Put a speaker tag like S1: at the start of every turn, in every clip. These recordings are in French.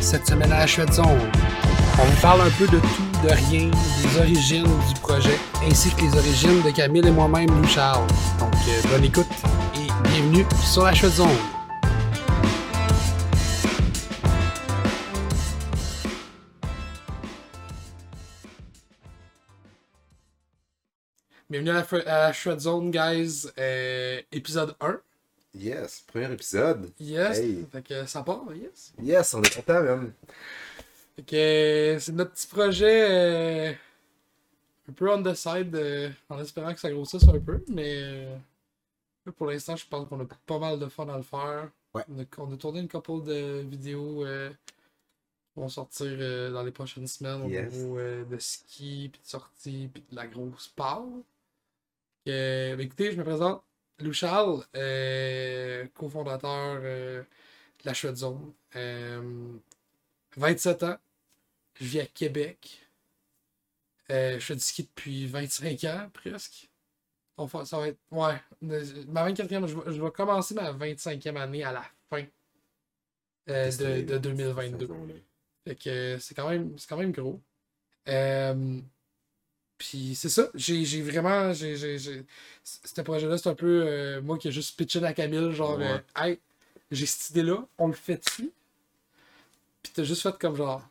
S1: cette semaine à Hachette Zone. On vous parle un peu de tout, de rien, des origines du projet, ainsi que les origines de Camille et moi-même, Lou Charles. Donc, euh, bonne écoute et bienvenue sur la Hachette Zone. Bienvenue à la, Fre- à la Shred Zone, guys. Euh, épisode 1.
S2: Yes, premier épisode.
S1: Yes.
S2: Hey.
S1: Fait que ça part, yes.
S2: Yes, on est content, man.
S1: Euh, Fait que euh, c'est notre petit projet euh, un peu on the side euh, en espérant que ça grossisse un peu, mais euh, pour l'instant, je pense qu'on a pas mal de fun à le faire.
S2: Ouais.
S1: On a, on a tourné une couple de vidéos euh, qui vont sortir euh, dans les prochaines semaines au
S2: Yes.
S1: niveau euh, de ski, puis de sortie, puis de la grosse part. Euh, ben, écoutez, je me présente. Lou Charles, euh, cofondateur euh, de la Chouette Zone. Euh, 27 ans. Je vis à Québec. Euh, je fais du ski depuis 25 ans, presque. Enfin, ça va être. Ouais. le- Ma 24e, je vais, je vais commencer ma 25e année à la fin euh, de,
S2: hein?
S1: de 2022. Fait que c'est quand même, c'est quand même gros. Euh, puis c'est ça, j'ai, j'ai vraiment. J'ai, j'ai, j'ai- c- Ce projet-là, c'est un peu euh, moi qui ai juste pitché la Camille, genre,
S2: Ouais.
S1: euh, hey, j'ai cette idée-là, on le fait dessus. Puis t'as juste fait comme genre,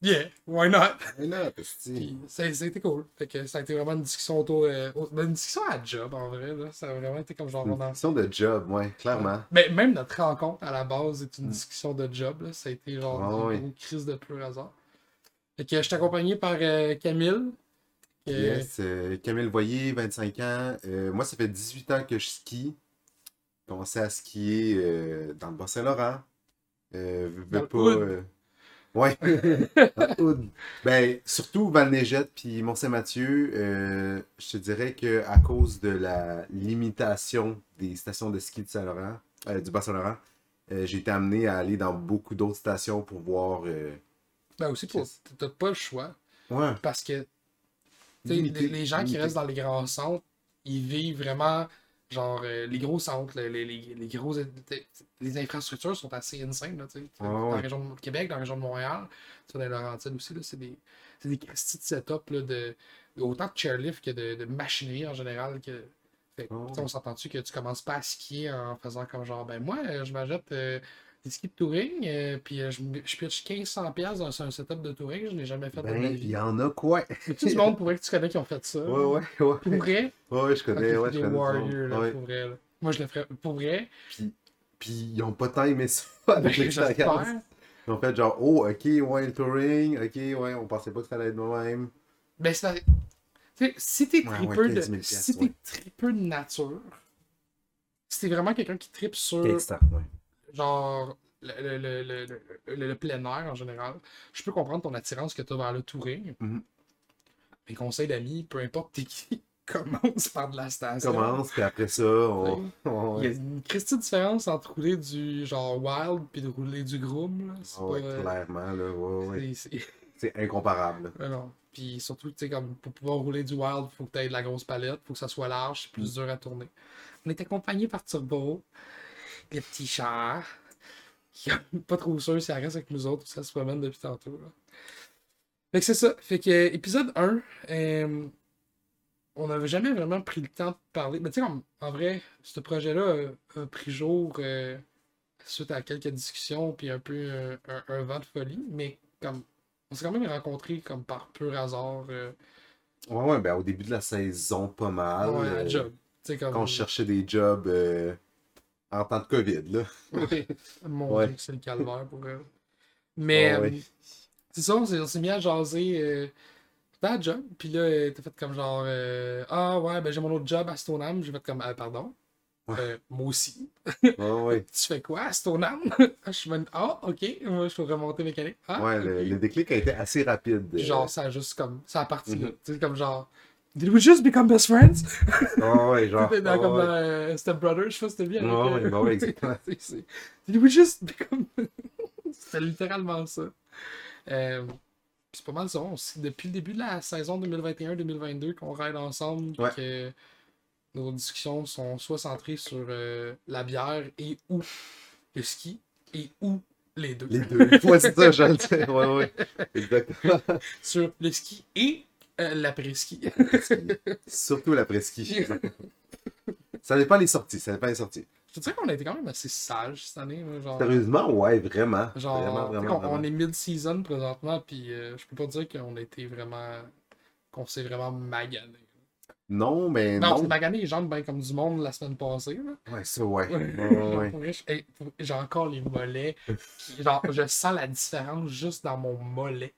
S1: yeah, why not?
S2: Et là,
S1: Puis
S2: petit.
S1: ça, ça a été cool. Fait que ça a été vraiment une discussion autour. euh, au- ben, une discussion à job, en vrai, là. Ça a vraiment été comme genre,
S2: Une
S1: on en
S2: question de job, ouais, clairement.
S1: mais même notre rencontre à la base est une discussion de job. là. Ça a été genre
S2: Ah
S1: une
S2: oui.
S1: gros crise de pur hasard. Fait que je suis accompagné par euh, Camille. que-
S2: Yes, euh, Camille Voyer, 25 ans. Euh, moi, ça fait 18 ans que je skie. J'ai commencé à skier euh, dans le Bas-Saint-Laurent. Euh, veux- veux
S1: Dans le
S2: pas,
S1: hood.
S2: euh, Ouais, dans le hood. Ben, surtout Val-Neigette puis Mont-Saint-Mathieu, euh, je te dirais que à cause de la limitation des stations de ski de Saint-Laurent, euh, du Bas-Saint-Laurent, euh, j'ai été amené à aller dans beaucoup d'autres stations pour voir. euh,
S1: Ben aussi, pour... t'as pas le choix.
S2: Ouais,
S1: Parce que Tu sais,
S2: limité,
S1: les, les gens qui
S2: limité.
S1: restent dans les grands centres, ils vivent vraiment, genre, euh, les gros centres, les, les, les, les gros- les infrastructures sont assez insane, là, tu sais.
S2: Ouais,
S1: Dans la
S2: ouais.
S1: région de Québec, dans la région de Montréal, tu vois, dans les Laurentides aussi, là, c'est des, c'est des cristis de setup, là, de, autant de chairlift que de, de machinerie en général que... Fait que,
S2: Ouais,
S1: tu sais, on s'entend-tu que tu commences pas à skier en faisant comme genre, ben moi, euh, je m'achète euh, des skis de touring, euh, puis euh, je, me- je pitch 1500$ piastres dans un setup de touring, je n'ai jamais fait de ma
S2: Ben, il
S1: vie.
S2: y en a quoi?
S1: Y a-tu du monde pour vrai que tu connais qui ont fait ça?
S2: Ouais, ouais, ouais.
S1: Pour vrai?
S2: Ouais, je
S1: Ok,
S2: connais, ouais,
S1: c'est
S2: je
S1: des
S2: connais.
S1: warriors,
S2: du monde.
S1: là,
S2: Ouais.
S1: pour vrai. là. Moi, je le ferais. Pour vrai,
S2: Puis ils ont pas tant aimé ça avec
S1: ben,
S2: l'expérience.
S1: j'espère.
S2: Ils ont fait genre, oh, ok, ouais, le touring, ok, ouais, on pensait pas que ça allait être de même.
S1: Ben, c'est la- Tu sais, si t'es
S2: Ouais,
S1: tripeux
S2: ouais,
S1: de...
S2: 15 000
S1: si t'es
S2: ouais.
S1: tripeux de nature, si t'es vraiment quelqu'un qui tripe sur,
S2: Kickstart, ouais.
S1: genre, le, le- le- le- le- le plein air en général, je peux comprendre ton attirance que t'as vers le touring.
S2: Mhm.
S1: Mes conseils d'amis, peu importe t'es qui, commence par de la station.
S2: Commence, puis après ça, on. on-
S1: Il y a une christie de différence entre rouler du genre wild puis de rouler du groom. Là. C'est
S2: Ah ouais,
S1: pas, euh,
S2: clairement, là, ouais, ouais.
S1: c'est- c'est-
S2: C'est incomparable.
S1: Ah non. Puis surtout, tu sais, comme pour pouvoir rouler du wild, faut que tu aies de la grosse palette, faut que ça soit large, c'est plus dur à tourner. On est accompagné par Turbo, le petit char, qui est pas trop sûr si elle reste avec nous autres ou si elle se promène depuis tantôt. là. Fait que c'est ça. Fait que euh, épisode 1, euh, on n'avait jamais vraiment pris le temps de parler. Mais tu sais, comme, en vrai, ce projet-là euh, a, pris jour euh, suite à quelques discussions, puis un peu euh, un, un vent de folie, mais comme. On s'est quand même rencontrés comme par pur hasard euh,
S2: Ouais, ouais, ben au début de la saison, pas mal.
S1: ouais, à
S2: euh,
S1: job. Tu sais, comme...
S2: Quand on cherchait des jobs euh, en temps de COVID, là.
S1: Mon
S2: Ouais. Ah
S1: Dieu, que c'est le calvaire pour elle. Mais
S2: Ouais, ouais.
S1: euh, c'est ça, on s'est, on s'est mis à jaser euh, dans la job. Puis là, euh, t'as fait comme genre euh, Ah ouais, ben j'ai mon autre job à Stoneham. J'ai fait comme Ah, pardon.
S2: Ouais.
S1: Euh, moi aussi.
S2: Ouais, ouais.
S1: Tu fais quoi à Stoneham? je suis même Ah, ok, moi je peux remonter mécanique. Ah,
S2: Ouais, le,
S1: ok.
S2: le déclic a été assez rapide.
S1: Puis Genre, ça a juste comme. Ça a parti là.
S2: Mhm.
S1: Tu sais, comme genre. Did we just become best friends?
S2: Ouais, ouais, genre.
S1: C'était dans,
S2: ouais,
S1: comme
S2: Ah, ouais.
S1: dans euh, Step Brothers, je sais pas si c'était bien.
S2: Ouais,
S1: avec, euh,
S2: ouais, bah ouais, exactement.
S1: c'est- c'est- Did we just become- C'était littéralement ça. Euh, puis c'est pas mal ça. on s- depuis le début de la saison 2021-2022 qu'on ride ensemble, puis
S2: Ouais.
S1: que nos discussions sont soit centrées sur euh, la bière et ou le ski et ou les deux.
S2: Les deux. Ouais, c'est ça, je le dis. Ouais, ouais. Exactement.
S1: Sur le ski et euh, l'après-ski.
S2: Surtout l'après-ski. ça dépend les sorties. Ça dépend les sorties.
S1: Je te dirais qu'on a été quand même assez sage cette année. là, Genre,
S2: Sérieusement, ouais, vraiment.
S1: genre
S2: vraiment,
S1: tu sais
S2: vraiment,
S1: qu'on-
S2: vraiment.
S1: on est mid-season présentement, puis euh, je peux pas dire qu'on a été vraiment. qu'on s'est vraiment magané.
S2: Non, mais
S1: Non, on
S2: non.
S1: s'est magané les jambes ben comme du monde la semaine passée. là.
S2: Ouais, ça, ouais.
S1: Ouais.
S2: Ouais, ouais,
S1: Genre,
S2: ouais.
S1: pour vrai, je- hey, pour- J'ai encore les mollets. qui- Genre, je sens la différence juste dans mon mollet.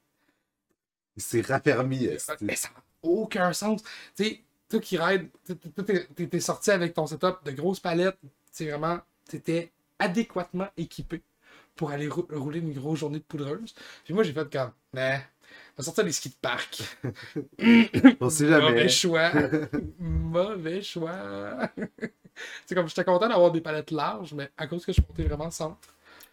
S2: C'est raffermi.
S1: Mais
S2: esti.
S1: ça n'a aucun sens. Tu sais, toi qui raides, tu- tu- tu- t'es- t'es- t'es sorti avec ton setup de grosse palette. C'est vraiment, t'étais adéquatement équipé pour aller rou- rouler une grosse journée de poudreuse. Puis moi, j'ai fait comme, nah, on va sortir des skis de parc.
S2: On sait
S1: Mauvais
S2: jamais.
S1: choix. Mauvais choix. c'est comme, j'étais content d'avoir des palettes larges, mais à cause que je montais vraiment sans.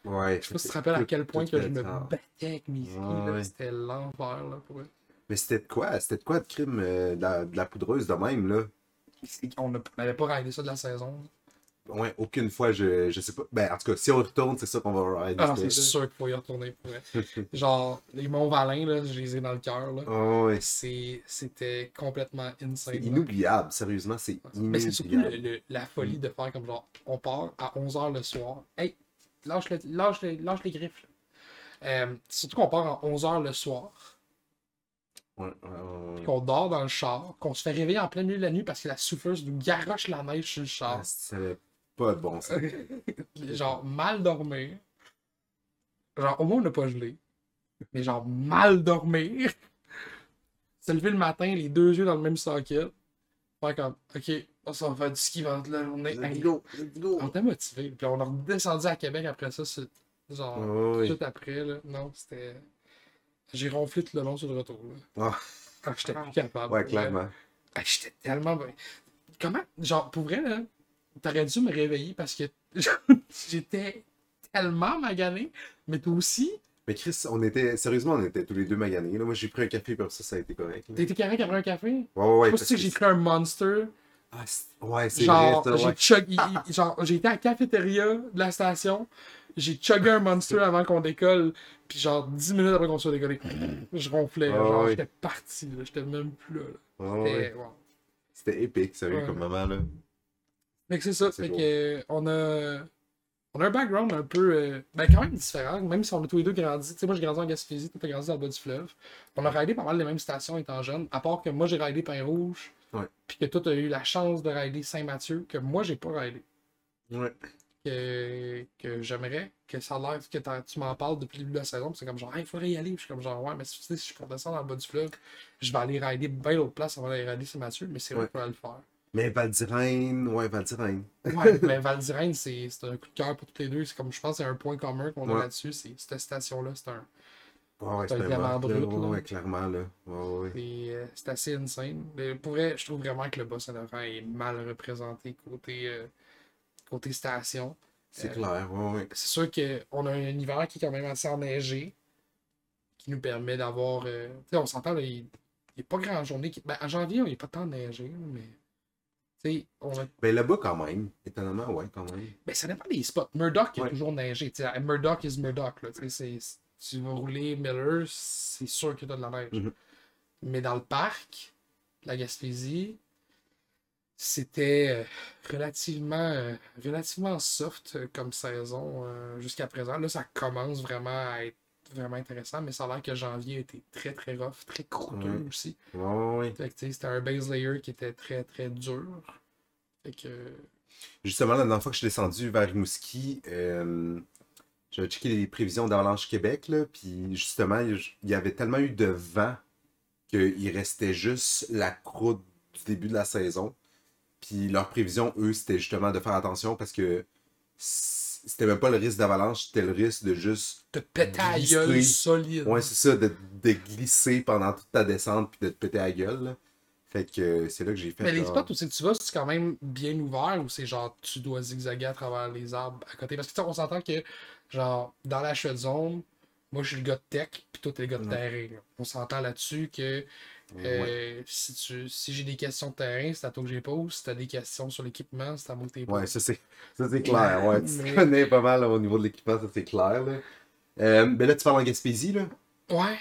S2: Ouais.
S1: Je sais pas si tu te rappelles à quel point
S2: tout
S1: que je
S2: fait
S1: me
S2: ça.
S1: battais avec mes skis.
S2: Ouais,
S1: là,
S2: ouais.
S1: C'était l'enfer là, pour eux.
S2: Mais c'était de quoi? C'était de quoi de crime euh, de, la, de la poudreuse de même, là?
S1: On n'a- on n'avait pas réglé ça de la saison.
S2: Ouais, aucune fois, je, je sais pas. Ben, en tout cas, si on retourne, c'est ça qu'on va ride.
S1: Ah, c'est sûr qu'il faut y retourner pour vrai. Genre, les Monts Valin, là, je les ai dans le cœur. là.
S2: Oh, ouais.
S1: C'est- C'était complètement
S2: C'est
S1: insane. là.
S2: inoubliable, Mm. sérieusement, c'est
S1: Mais c'est surtout le-
S2: inoubliable.
S1: le- la folie de faire comme genre, on part à 11h le soir. Hey, lâche, le- lâche, le- lâche les griffes. là. Euh, surtout qu'on part à 11h le soir,
S2: Ouais, ouais, ouais, ouais.
S1: qu'on dort dans le char, qu'on se fait réveiller en plein milieu de la nuit parce que la souffleuse nous garoche la neige sur le char.
S2: Ah, ça avait pas de bon sens.
S1: genre mal dormir. Genre, au moins, on n'a pas gelé. Mais genre, mal dormir. Se lever le matin, les deux yeux dans le même socket. Faire comme, OK, on s'en va faire du ski pendant toute la journée.
S2: Let's
S1: Hey,
S2: go, let's go.
S1: on était motivé. Puis on est redescendu à Québec après ça. c'est- Genre,
S2: Ouais, ouais.
S1: tout après, là. Non, c'était. J'ai ronflé tout le long sur le retour. Là.
S2: Ah.
S1: Ah, J'étais plus capable.
S2: Ouais, clairement.
S1: Ah, J'étais tellement. bien. Comment. Genre, pour vrai, là, t'aurais dû me réveiller parce que j'étais tellement magané, mais toi aussi,
S2: Mais Chris, on était, sérieusement, on était tous les deux maganés. Là. Moi, j'ai pris un café, puis après ça, ça a été correct. là.
S1: t'étais correct après un café.
S2: Ouais, ouais, ouais.
S1: Moi, c'est que j'ai pris un monster.
S2: Ah, c'est- ouais, c'est
S1: Genre,
S2: vrai, ça,
S1: j'ai
S2: ouais.
S1: chug- il- il- genre, j'ai été à la cafétéria de la station, j'ai chuggé un monster avant qu'on décolle, puis genre 10 minutes après qu'on soit décollé, je ronflais.
S2: Ah,
S1: genre,
S2: ouais.
S1: j'étais parti, là, j'étais même plus là. là.
S2: Ouais, ouais.
S1: C'était- wow.
S2: C'était épique, sérieux,
S1: Ouais.
S2: comme moment, là.
S1: Fait que c'est ça.
S2: C'est
S1: Fait
S2: beau.
S1: que, euh, on a. On a un background un peu. euh, ben, quand même différent, même si on a tous les deux grandi. Tu sais, moi, j'ai grandi en Gaspésie, toi, t'as grandi dans le bas du fleuve. On a raidé pas mal les mêmes stations étant jeune, à part que moi, j'ai raidé Pin-Rouge.
S2: Ouais.
S1: Puis que toi, t'as eu la chance de raider Saint-Mathieu, que moi, j'ai pas raidé.
S2: Ouais.
S1: Que, que j'aimerais que ça a l'air que t'en- tu m'en parles depuis le début de la saison. puis c'est comme genre, il faudrait y aller. Puis je suis comme genre, ouais, mais si, tu sais, si je peux descendre dans le bas du fleuve, je vais aller raider bien d'autres places avant d'aller raider Saint-Mathieu, mais c'est vrai
S2: Ouais.
S1: qu'on va le faire.
S2: Mais Val d'Irène, ouais, Val d'Irène.
S1: Ouais, mais Val d'Irène, Ben, c'est c'est un coup de cœur pour tous les deux. C'est comme je pense que c'est un point commun qu'on a
S2: Ouais.
S1: là-dessus. C'est cette station-là, c'est un.
S2: Ouais, ouais,
S1: C'est un
S2: c'était
S1: diamant
S2: marqué, là.
S1: brut,
S2: Ouais,
S1: là.
S2: ouais, clairement, là. Ouais, ouais.
S1: c'est, euh, C'est assez insane. Mais pour vrai, je trouve vraiment que le Bas-Saint-Laurent est mal représenté côté, euh, côté station.
S2: C'est
S1: Euh,
S2: clair, ouais, ouais.
S1: C'est sûr qu'on a un hiver qui est quand même assez enneigé, qui nous permet d'avoir. euh, tu sais, on s'entend, là, il n'y a pas grand journée. Qui... Ben, en janvier, il n'y a pas tant neigé, mais. Tu sais, on a
S2: Ben là-bas, quand même. Étonnamment, ouais, quand même.
S1: Ben, ça dépend des spots. Murdoch il a
S2: Ouais.
S1: toujours neigé. tu sais, Murdoch is Murdoch. Là, tu sais, c'est- c'est- tu vas rouler Miller, c'est sûr que tu as de la neige.
S2: Mhm.
S1: Mais dans le parc, la Gaspésie, c'était euh, relativement, euh, relativement soft euh, comme saison euh, jusqu'à présent. Là, ça commence vraiment à être vraiment intéressant, mais ça a l'air que janvier était très très rough, très croûteux
S2: Ouais.
S1: aussi.
S2: Ouais, ouais, ouais.
S1: Fait que, tu sais, C'était un base layer qui était très très dur. Fait que euh,
S2: Justement, la dernière fois que je suis descendu vers Rimouski, euh, j'avais checké les prévisions d'Avalanche Québec, là, puis justement, il y avait tellement eu de vent qu'il restait juste la croûte du début de la saison. Puis leurs prévisions, eux, c'était justement de faire attention parce que c- c'était même pas le risque d'avalanche, c'était le risque de juste
S1: te péter à la gueule
S2: Glisser.
S1: solide.
S2: Ouais, c'est ça, de, de glisser pendant toute ta descente puis de te péter la gueule. là. Fait que euh, c'est là que j'ai fait.
S1: Mais les
S2: genre,
S1: spots où c'est que tu vas, c'est quand même bien ouvert ou c'est genre tu dois zigzaguer à travers les arbres à côté? Parce que tu sais, on s'entend que, genre, dans la chouette zone, moi je suis le gars de tech, puis toi t'es le gars de
S2: Ouais. Ben
S1: terrain. là. On s'entend là-dessus que
S2: ouais.
S1: euh, si, tu, si j'ai des questions de terrain, c'est à toi que je les pose. Si t'as des questions sur l'équipement, c'est à moi que t'es
S2: Ouais,
S1: poses.
S2: ça c'est ça, c'est clair. Ouais, tu te
S1: Mais-
S2: connais pas mal au niveau de l'équipement, ça c'est clair. Là. Euh, ben là, tu parles en Gaspésie, là.
S1: Ouais.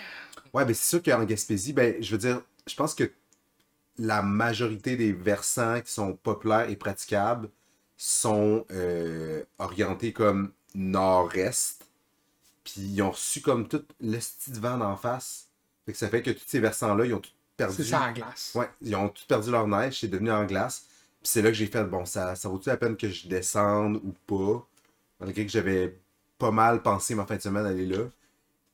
S2: Ouais, ben c'est sûr qu'en Gaspésie, ben, je veux dire, je pense que la majorité des versants qui sont populaires et praticables sont euh, orientés comme nord-est. Puis ils ont reçu comme tout le style de vent d'en face. Fait que ça fait que tous ces versants-là, ils ont tout perdu.
S1: C'est ça en glace.
S2: Ouais, ils ont tout perdu leur neige, c'est devenu en glace. Puis c'est là que j'ai fait, bon, ça, ça vaut-tu la peine que je descende ou pas? Malgré que j'avais pas mal pensé ma fin de semaine aller là.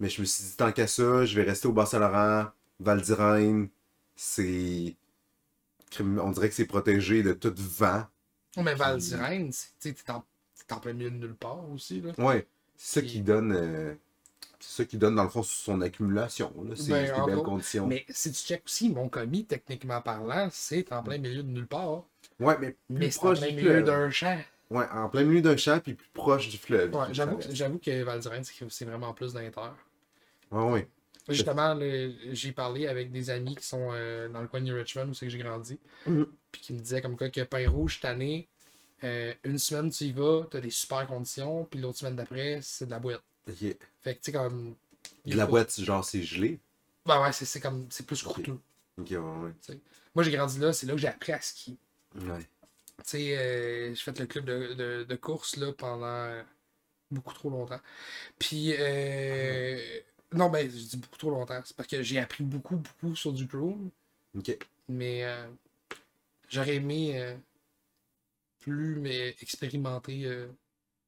S2: Mais je me suis dit, tant qu'à ça, je vais rester au Bas-Saint-Laurent, Val d'Irène. C'est. On dirait que c'est protégé de tout vent.
S1: Oh, Mais Val d'Irène, c'est- tu sais, t'es en, t'es en plein milieu de nulle part aussi. Là.
S2: Ouais, c'est ça
S1: Puis-
S2: qui donne. euh, C'est ça qui donne, dans le fond, son accumulation. là. C'est
S1: Ben,
S2: c'est des
S1: en
S2: belles
S1: gros.
S2: conditions.
S1: Mais si tu checkes aussi, mon commis, techniquement parlant, c'est en plein milieu de nulle part.
S2: Ouais, mais plus
S1: Mais c'est en
S2: proche
S1: plein
S2: du
S1: milieu
S2: fleuve.
S1: d'un champ.
S2: Ouais, en plein milieu d'un champ, puis plus proche du fleuve.
S1: Ouais, j'avoue
S2: Ouais,
S1: que, j'avoue que Val d'Irène, c'est c'est vraiment plus d'inter.
S2: ouais.
S1: Justement, le- j'ai parlé avec des amis qui sont euh, dans le coin de New Richmond, où c'est que j'ai grandi,
S2: Mhm.
S1: puis qui me disaient comme quoi que Pain Rouge, cette année, euh, une semaine tu y vas, t'as des super conditions, puis l'autre semaine d'après, c'est de la boîte.
S2: Ok.
S1: Fait que tu sais, comme.
S2: De la boîte, genre, c'est gelé.
S1: Ben ouais, c'est c'est comme. C'est plus
S2: Ok.
S1: coûteux.
S2: Ok, ouais, ouais.
S1: Moi, j'ai grandi là, c'est là que j'ai appris à skier.
S2: Ouais.
S1: Tu sais, euh, j'ai fait le club de, de, de course là, pendant euh, beaucoup trop longtemps. Puis, euh, non, ben, je dis beaucoup trop longtemps. C'est parce que j'ai appris beaucoup, beaucoup sur du drone.
S2: Ok.
S1: Mais euh, j'aurais aimé euh, plus mais expérimenter euh,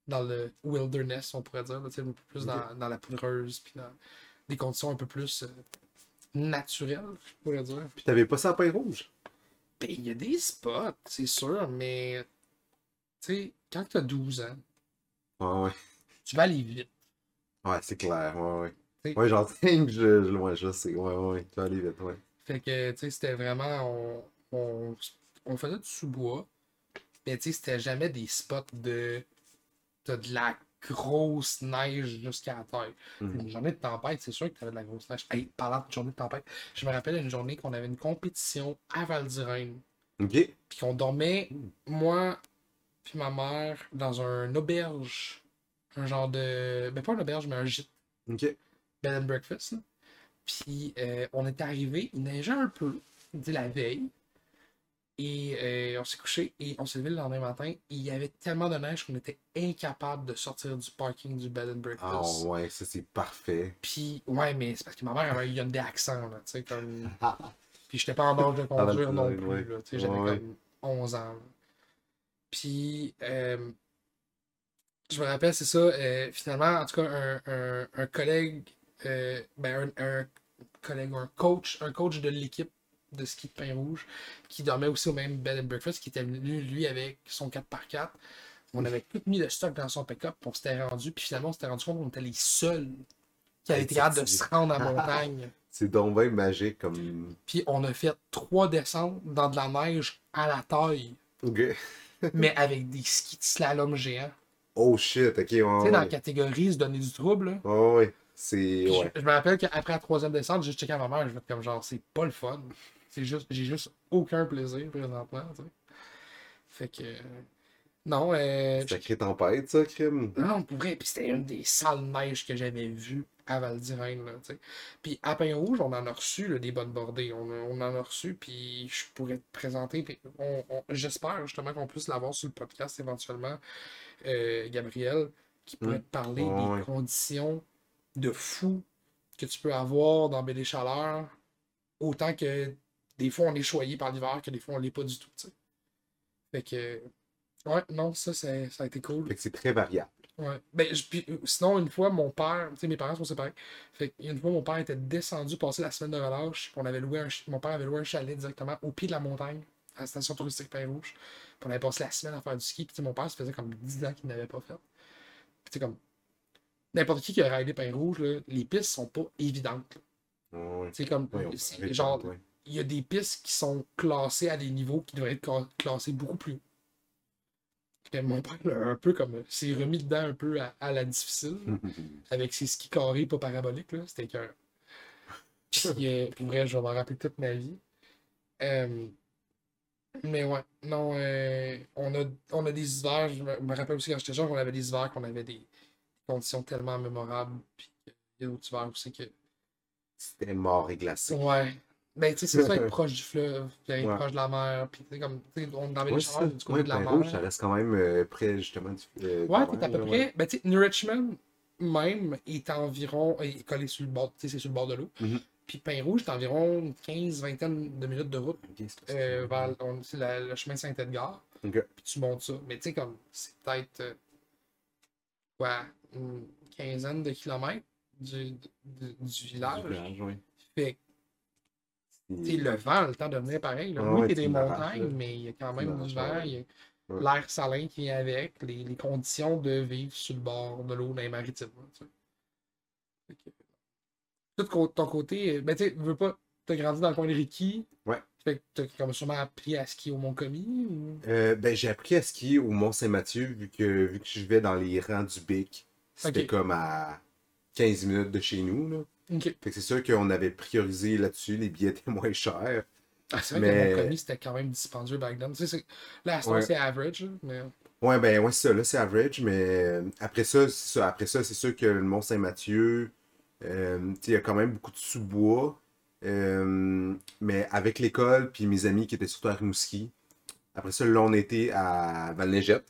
S1: dans le wilderness, on pourrait dire, là, tu sais, un peu plus dans, dans la poudreuse, puis dans des conditions un peu plus euh, naturelles, je pourrais dire.
S2: Puis t'avais pas ça à pain rouge?
S1: Ben, il y a des spots, c'est sûr, mais tu sais, quand t'as 12 ans,
S2: Ouais, ouais.
S1: tu vas aller vite.
S2: Ouais, c'est clair, ouais,
S1: T'sais-
S2: ouais. Ouais, j'en je, je, ouais, je sais, ouais, ouais, ouais, tu vas aller vite, ouais.
S1: Fait que, tu sais, c'était vraiment. On, on, on faisait du sous-bois, mais tu sais, c'était jamais des spots de. T'as de la grosse neige jusqu'à la terre.
S2: Mhm.
S1: Une journée de tempête, c'est sûr que t'avais de la grosse neige. Hey, parlant de journée de tempête, je me rappelle une journée qu'on avait une compétition à Val d'Irène,
S2: Ok,
S1: puis qu'on dormait,
S2: Mhm.
S1: moi, puis ma mère, dans un auberge. Un genre de. Ben, pas une auberge, mais un gîte
S2: ok,
S1: bed and breakfast. là. Puis euh, on est arrivé, il neigeait un peu, de la veille. Et euh, on s'est couché et on s'est levé le lendemain matin. et il y avait tellement de neige qu'on était incapable de sortir du parking du bed and breakfast.
S2: ah ouais, ça c'est parfait.
S1: Puis, ouais, mais c'est parce que ma mère avait un des accents, là, tu sais, comme.
S2: Ah.
S1: Puis j'étais pas en âge de conduire non
S2: Ouais,
S1: plus,
S2: Ah, ben, ouais.
S1: là, tu sais, j'avais
S2: Ouais.
S1: comme 11 ans. là. Puis, euh, je me rappelle, c'est ça, euh, finalement, en tout cas, un, un- un collègue, euh, ben, un, un collègue ou un coach, un coach de l'équipe de ski de pain rouge qui dormait aussi au même bed and breakfast, qui était venu, lui, avec son 4x4. On avait tout mis le stock dans son pick-up, puis on s'était rendu, puis finalement, on s'était rendu compte qu'on était les seuls qui avaient été capables de se rendre en montagne.
S2: C'est donc bien magique comme.
S1: Puis on a fait trois descentes dans de la neige à la taille,
S2: Ok.
S1: mais avec des skis de slalom géant.
S2: Oh shit, ok, ouais,
S1: tu sais, dans la
S2: ouais.
S1: catégorie se donner du trouble. là.
S2: Ouais, ouais,
S1: Puis
S2: c'est.
S1: je-
S2: Ouais.
S1: Je, me rappelle qu'après la troisième descente, j'ai checké à ma mère, je vais être comme genre, c'est pas le fun. C'est juste, j'ai juste aucun plaisir présentement, tu sais. Fait que. euh, Non, euh,
S2: Sacrée tempête, ça, crime.
S1: Non, non, pour vrai. Puis c'était une des sales neiges que j'avais vues à Val d'Irène. là, tu sais. Puis à Pain-Rouge, on en a reçu là, des bonnes bordées. On, on en a reçu, puis je pourrais te présenter. puis on- on- J'espère justement qu'on puisse l'avoir sur le podcast éventuellement, euh, Gabriel, qui pourrait te parler
S2: Ouais,
S1: des
S2: ouais.
S1: conditions de fou que tu peux avoir dans Belle Chaleur, autant que des fois on est choyé par l'hiver que des fois on l'est pas du tout. tu sais. Fait que, ouais, non, ça, c'est- ça a été cool.
S2: Fait que c'est très variable.
S1: Ouais. Ben, je- puis, euh, sinon, une fois, mon père, tu sais, mes parents sont séparés. Fait que, une fois, mon père était descendu passer la semaine de relâche. puis On avait loué un, ch- mon père avait loué un chalet directement au pied de la montagne, à la station touristique Père Rouge. Puis on avait passé la semaine à faire du ski. Puis, tu sais, mon père, ça faisait comme 10 ans qu'il n'avait pas fait. Puis, tu sais, comme, n'importe qui qui a raidé Père Rouge, là, les pistes sont pas évidentes.
S2: Ouais, ouais.
S1: C'est comme,
S2: Ouais, on
S1: Euh, c'est-
S2: peut arrêter,
S1: genre,
S2: ouais.
S1: il y a des pistes qui sont classées à des niveaux qui devraient être cla- classés beaucoup plus haut. Fait que Mon père, là, un peu comme, euh, s'est remis dedans un peu à, à la difficile avec ses skis carrés pas paraboliques, là, c'était écœurant. Puis, euh, pour vrai, je vais m'en rappeler toute ma vie. Euh, mais ouais, non, euh, on, a, on a des hivers, je me, je me rappelle aussi quand j'étais jeune, on avait des hivers qu'on avait des conditions tellement mémorables. Puis il y a d'autres hivers aussi que.
S2: C'était mort et glacé.
S1: Ouais. Ben, tu sais, c'est ça être proche du fleuve, puis être
S2: Ouais.
S1: proche de la mer, puis tu sais, comme, tu sais, on est dans
S2: Ouais,
S1: les
S2: c'est
S1: chaleurs
S2: ça.
S1: du côté
S2: Ouais,
S1: de la
S2: Bain
S1: mer.
S2: Rouge, ça reste quand même euh, près justement du. euh, de
S1: Ouais,
S2: la
S1: t'es
S2: mer,
S1: à peu
S2: là,
S1: près.
S2: ouais.
S1: Ben, tu sais, New Richmond, même, est environ. est collé sur le bord, tu sais, c'est sur le bord de l'eau.
S2: Mhm.
S1: Puis Pain Rouge, t'es environ une 15 vingtaine de minutes de route
S2: Ok, c'est ça.
S1: euh, vers on- c'est la- le chemin de Saint-Edgar.
S2: Ok.
S1: Puis tu montes ça. Mais tu sais, comme, c'est peut-être. euh, quoi, une quinzaine de kilomètres du, du- du village.
S2: Du village, ouais.
S1: Fait que, tu sais, le vent, a le temps de venir pareil. Là.
S2: Ah
S1: oui,
S2: ouais,
S1: t'es
S2: tu
S1: des
S2: l'arraches, là.
S1: montagnes, mais il y a quand
S2: Tu
S1: même
S2: l'arraches,
S1: du vent,
S2: ouais.
S1: il y a
S2: Ouais.
S1: l'air salin qui vient avec, les, les conditions de vivre sur le bord de l'eau dans les maritimes. là, tu sais. Fait que, Tout co- ton côté, euh, ben tu sais, veux pas, t'as grandi dans le coin de Ricky.
S2: Ouais.
S1: Fait que t'as comme sûrement appris à skier au Mont-Commis. ou-
S2: Euh, ben, j'ai appris à skier au Mont-Saint-Mathieu, vu que, vu que je vais dans les rangs du Bic. C'était
S1: Ok.
S2: comme à 15 minutes de chez nous. Là.
S1: Ok.
S2: Fait que c'est sûr qu'on avait priorisé là-dessus, les billets étaient moins chers.
S1: Ah, c'est vrai que
S2: Mais-
S1: le Mont-Commis, c'était quand même dispendieux back then. Tu sais, c'est- là, à ce temps,
S2: Ouais.
S1: c'est average, là, mais.
S2: Ouais, ben, ouais, c'est ça, là, c'est average, mais euh, après ça, c'est ça. Après ça, c'est sûr que le Mont-Saint-Mathieu, euh, tu sais, il y a quand même beaucoup de sous-bois. Euh, mais avec l'école, puis mes amis qui étaient surtout à Rimouski. Après ça, là, on était à Val-Légette.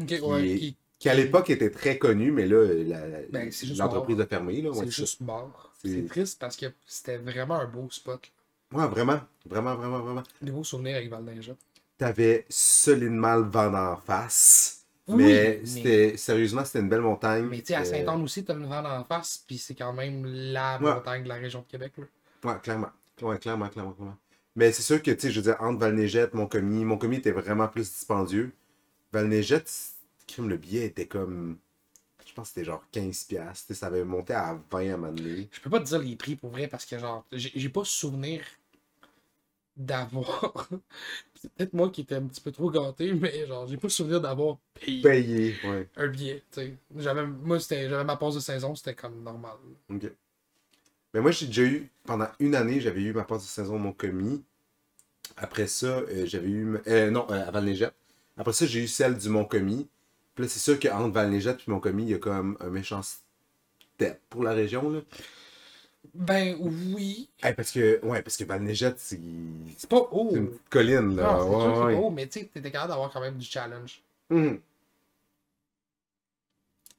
S1: Ok, ouais,
S2: est-
S1: qui-
S2: qui à l'époque était très connu, mais là, la- la-
S1: Ben, c'est juste
S2: l'entreprise a fermé. Là, ouais,
S1: c'est
S2: c'est
S1: juste mort.
S2: C'est-
S1: C'est triste parce que c'était vraiment un beau spot.
S2: ça. Ouais, vraiment, vraiment, vraiment, vraiment.
S1: Des beaux souvenirs avec Val-d'Inja.
S2: T'avais solidement le vent d'en face, mais,
S1: Oui,
S2: c'était sérieusement, c'était une belle montagne.
S1: Mais tu sais, à
S2: Euh,
S1: Saint-Anne aussi, t'as le vent en face, puis c'est quand même la
S2: Ouais.
S1: montagne de la région de Québec. Là.
S2: Ouais, clairement. Ouais, clairement, clairement, clairement. Mais c'est sûr que, tu sais, je veux dire, entre Valnégette, Montcomi, Montcomi était vraiment plus dispendieux. Valnégette, crime, le billet était comme. Je pense que c'était genre 15$. piastres. Tu sais, Ça avait monté à 20$ à un moment donné.
S1: Je peux pas te dire les prix pour vrai parce que genre, j'ai j'ai pas souvenir d'avoir. c'est peut-être moi qui étais un petit peu trop gâté, mais genre, j'ai pas souvenir d'avoir payé
S2: Payé, ouais.
S1: un billet. tu sais. J'avais- Moi, c'était- j'avais ma pause de saison, c'était comme normal.
S2: Ok. Mais moi, j'ai déjà eu, pendant une année, j'avais eu ma passe de saison au Mont-Commis. Après ça, euh, j'avais eu. ma- euh, non, euh, à Val-Légette. Après ça, j'ai eu celle du Mont-Commis. Puis là, c'est sûr qu'entre Val-Légette et Mont-Commis, il y a comme un méchant step pour la région. Là.
S1: Ben oui.
S2: Eh, parce que, ouais, parce que Val-Légette, c'est
S1: C'est pas haut.
S2: c'est une petite colline. Là.
S1: Oh. Non, c'est sûr que c'est
S2: Ouais,
S1: pas
S2: ouais.
S1: haut, mais tu sais, t'étais capable d'avoir quand même du challenge.
S2: Mhm.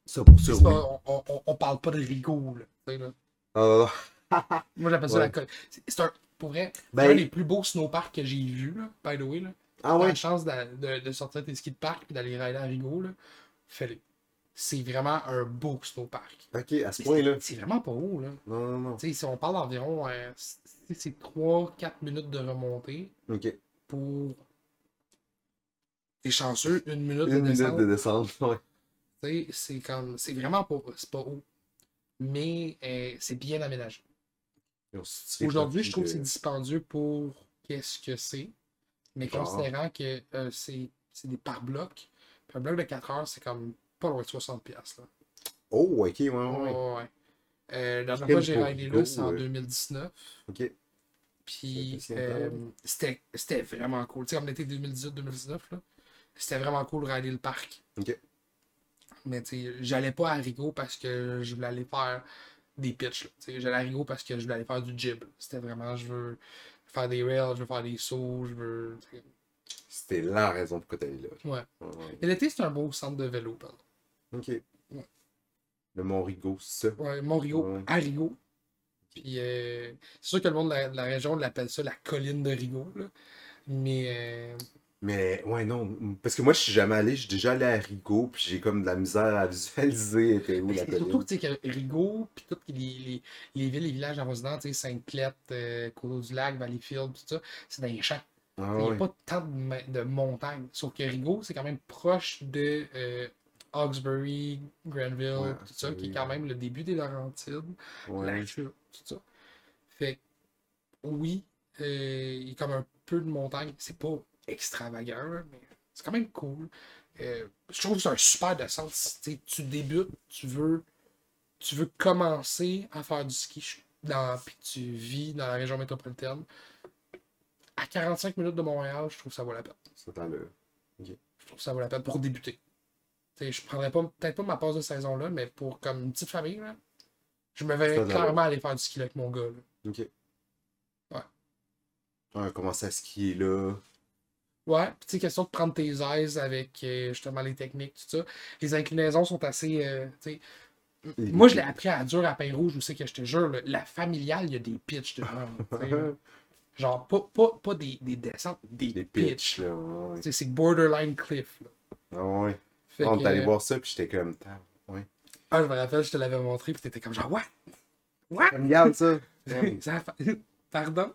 S2: Ça pour ça,
S1: Mm-hmm. C'est
S2: oui.
S1: pas- on, on- on parle pas de rigo, là. tu sais, là.
S2: Ah,
S1: Moi, j'appelle ça
S2: Ouais.
S1: la colle. C'est- C'est un, pour vrai, c'est un
S2: ben,
S1: des plus beaux snowparks que j'ai vu, là, by the way. Là.
S2: ah
S1: T'as
S2: ouais,
S1: la chance d'a- de, de sortir tes skis de parc et d'aller rider à Rigaud, là. Fais-le. C'est vraiment un beau snowpark.
S2: ok, à ce point-là.
S1: Ah. C'est vraiment pas haut, là.
S2: Non, non, non.
S1: Tu sais, si on parle d'environ euh, c- c'est- c'est 3-4 minutes de remontée
S2: Ok.
S1: pour. T'es chanceux, une minute
S2: Une
S1: de
S2: minute
S1: descente.
S2: de descente, ouais.
S1: Tu sais, c'est comme. C'est vraiment pas, c'est pas haut. Mais euh, c'est bien aménagé.
S2: Ils ont soutiré
S1: Aujourd'hui, je trouve que
S2: parti
S1: c'est dispendieux pour qu'est-ce que c'est. Mais
S2: Genre.
S1: considérant que euh, c'est c'est des par-blocs, puis un bloc de 4 heures, c'est comme pas loin de 60$. piastres, Là.
S2: Oh, ok, ouais, ouais,
S1: Ouais,
S2: ouais.
S1: ouais, ouais. Euh, la dernière
S2: Crime
S1: fois que j'ai
S2: pour
S1: ridé
S2: Hugo,
S1: là, c'est en
S2: ouais.
S1: 2019.
S2: Ok.
S1: Puis
S2: Ça fait
S1: euh,
S2: longtemps,
S1: c'était c'était vraiment cool. Tu sais, comme l'été 2018-2019, là, c'était vraiment cool de rider le parc.
S2: Ok.
S1: Mais tu sais, j'allais pas à Rigaud parce que je voulais aller faire des pitchs. là. Tu sais, J'allais à Rigaud parce que je voulais aller faire du jib. C'était vraiment, je veux faire des rails, je veux faire des sauts, je veux. tu sais.
S2: C'était la raison pourquoi t'allais là.
S1: Ouais.
S2: Ouais, ouais.
S1: Et l'été, c'est un beau centre de vélo, pardon.
S2: Ok.
S1: Ouais.
S2: Le Mont Rigaud, c'est ça.
S1: Ouais, Montréal,
S2: Ouais.
S1: à Rigaud. Puis euh, c'est sûr que le monde de la, de la région l'appelle ça la colline de Rigaud, là. Mais euh,
S2: Mais ouais, non. Parce que moi, je suis jamais allé. Je suis déjà allé à Rigaud, puis j'ai comme de la misère à visualiser était où
S1: mais
S2: la
S1: c'est surtout
S2: colline.
S1: tu sais, que Rigaud, puis toutes les, les- les villes, les villages avoisinants, tu sais, Sainte-Clette, euh, Coteau-du-Lac, Valleyfield, tout ça, c'est dans les champs.
S2: Ah,
S1: Il n'y a
S2: ouais.
S1: pas tant de, ma- de montagnes. Sauf que Rigaud, c'est quand même proche de euh, Hawkesbury, Granville,
S2: Ouais,
S1: tout ça, qui est
S2: Hawkesbury,
S1: quand même le début des Laurentides.
S2: Ouais.
S1: la chute, tout ça. Fait que, oui, euh, il y a comme un peu de montagne. C'est pas extravagant, là, mais c'est quand même cool. Euh, je trouve que c'est un super descente. Si, tu sais, tu débutes, tu veux, tu veux commencer à faire du ski, je- dans, puis tu vis dans la région métropolitaine. À 45 minutes de Montréal, je trouve que ça vaut la peine.
S2: Ça t'a le.
S1: Je trouve que ça vaut la peine pour débuter. T'sais, je prendrais pas, peut-être pas ma pause de saison là, mais pour comme une petite famille, là, je me verrais
S2: C'est-à-dire?
S1: clairement aller faire du ski là avec mon gars. là.
S2: Ok.
S1: Ouais.
S2: On a commencé à skier là.
S1: Ouais, pis tu sais, question de prendre tes aises avec euh, justement les techniques, tout ça. Les inclinaisons sont assez. euh, tu sais,
S2: Les
S1: Moi, je l'ai
S2: pitches.
S1: appris à dur à pain rouge aussi, que je te jure, là, la familiale, il y a des pitches dedans. tu sais, là. Genre, pas, pas, pas des, des descentes, des,
S2: Les pitches
S1: pitches.
S2: là. ouais.
S1: Tu sais, C'est borderline cliff. là.
S2: Ah ouais.
S1: Fait
S2: On
S1: que,
S2: est allé
S1: euh,
S2: voir ça, puis j'étais comme. Tab- Ouais.
S1: Ah, je me rappelle, je te l'avais montré, puis t'étais comme genre, what? What?
S2: Regarde ça.
S1: Ouais, ça fa- Pardon?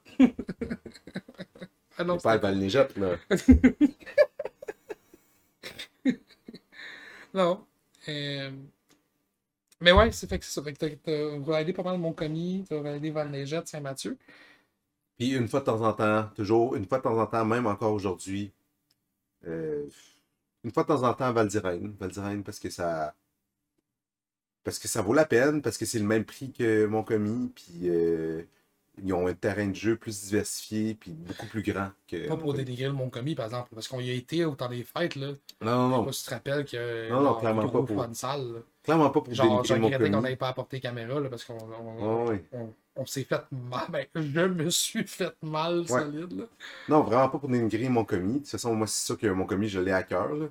S1: ah non,
S2: pas à
S1: c'était-
S2: Val-Néjot, là.
S1: non. Euh, Mais ouais, c'est fait que c'est ça. Fait que t'as- t'as validé pas mal mon commis, t'as validé Val-Légette, Saint-Mathieu.
S2: Puis une fois de temps en temps, toujours, une fois de temps en temps, même encore aujourd'hui, euh, une fois de temps en temps, Val d'Irène. Val d'Irène, parce que ça. Parce que ça vaut la peine, parce que c'est le même prix que Montcommis, puis euh, ils ont un terrain de jeu plus diversifié, puis beaucoup plus grand que.
S1: Pas pour
S2: Montcommis.
S1: dénigrer le mon commis, par exemple, parce qu'on y a été au temps des fêtes, là.
S2: Non,
S1: Je
S2: non,
S1: sais
S2: non.
S1: pas si tu te rappelles que.
S2: Non, non,
S1: genre,
S2: clairement
S1: gros
S2: pas pour-
S1: fun de salle, là.
S2: Clairement pas pour
S1: Genre, j'ai
S2: dénigrer
S1: regretté qu'on
S2: Montcommis.
S1: n'avait pas apporté caméra, là, parce qu'on. on-
S2: Ouais, ouais.
S1: on- on s'est fait mal. Ben, je me suis fait mal solide, là.
S2: Non, vraiment pas pour dénigrer Montcommis. De toute façon, moi, c'est sûr que Montcommis, je l'ai à cœur. là.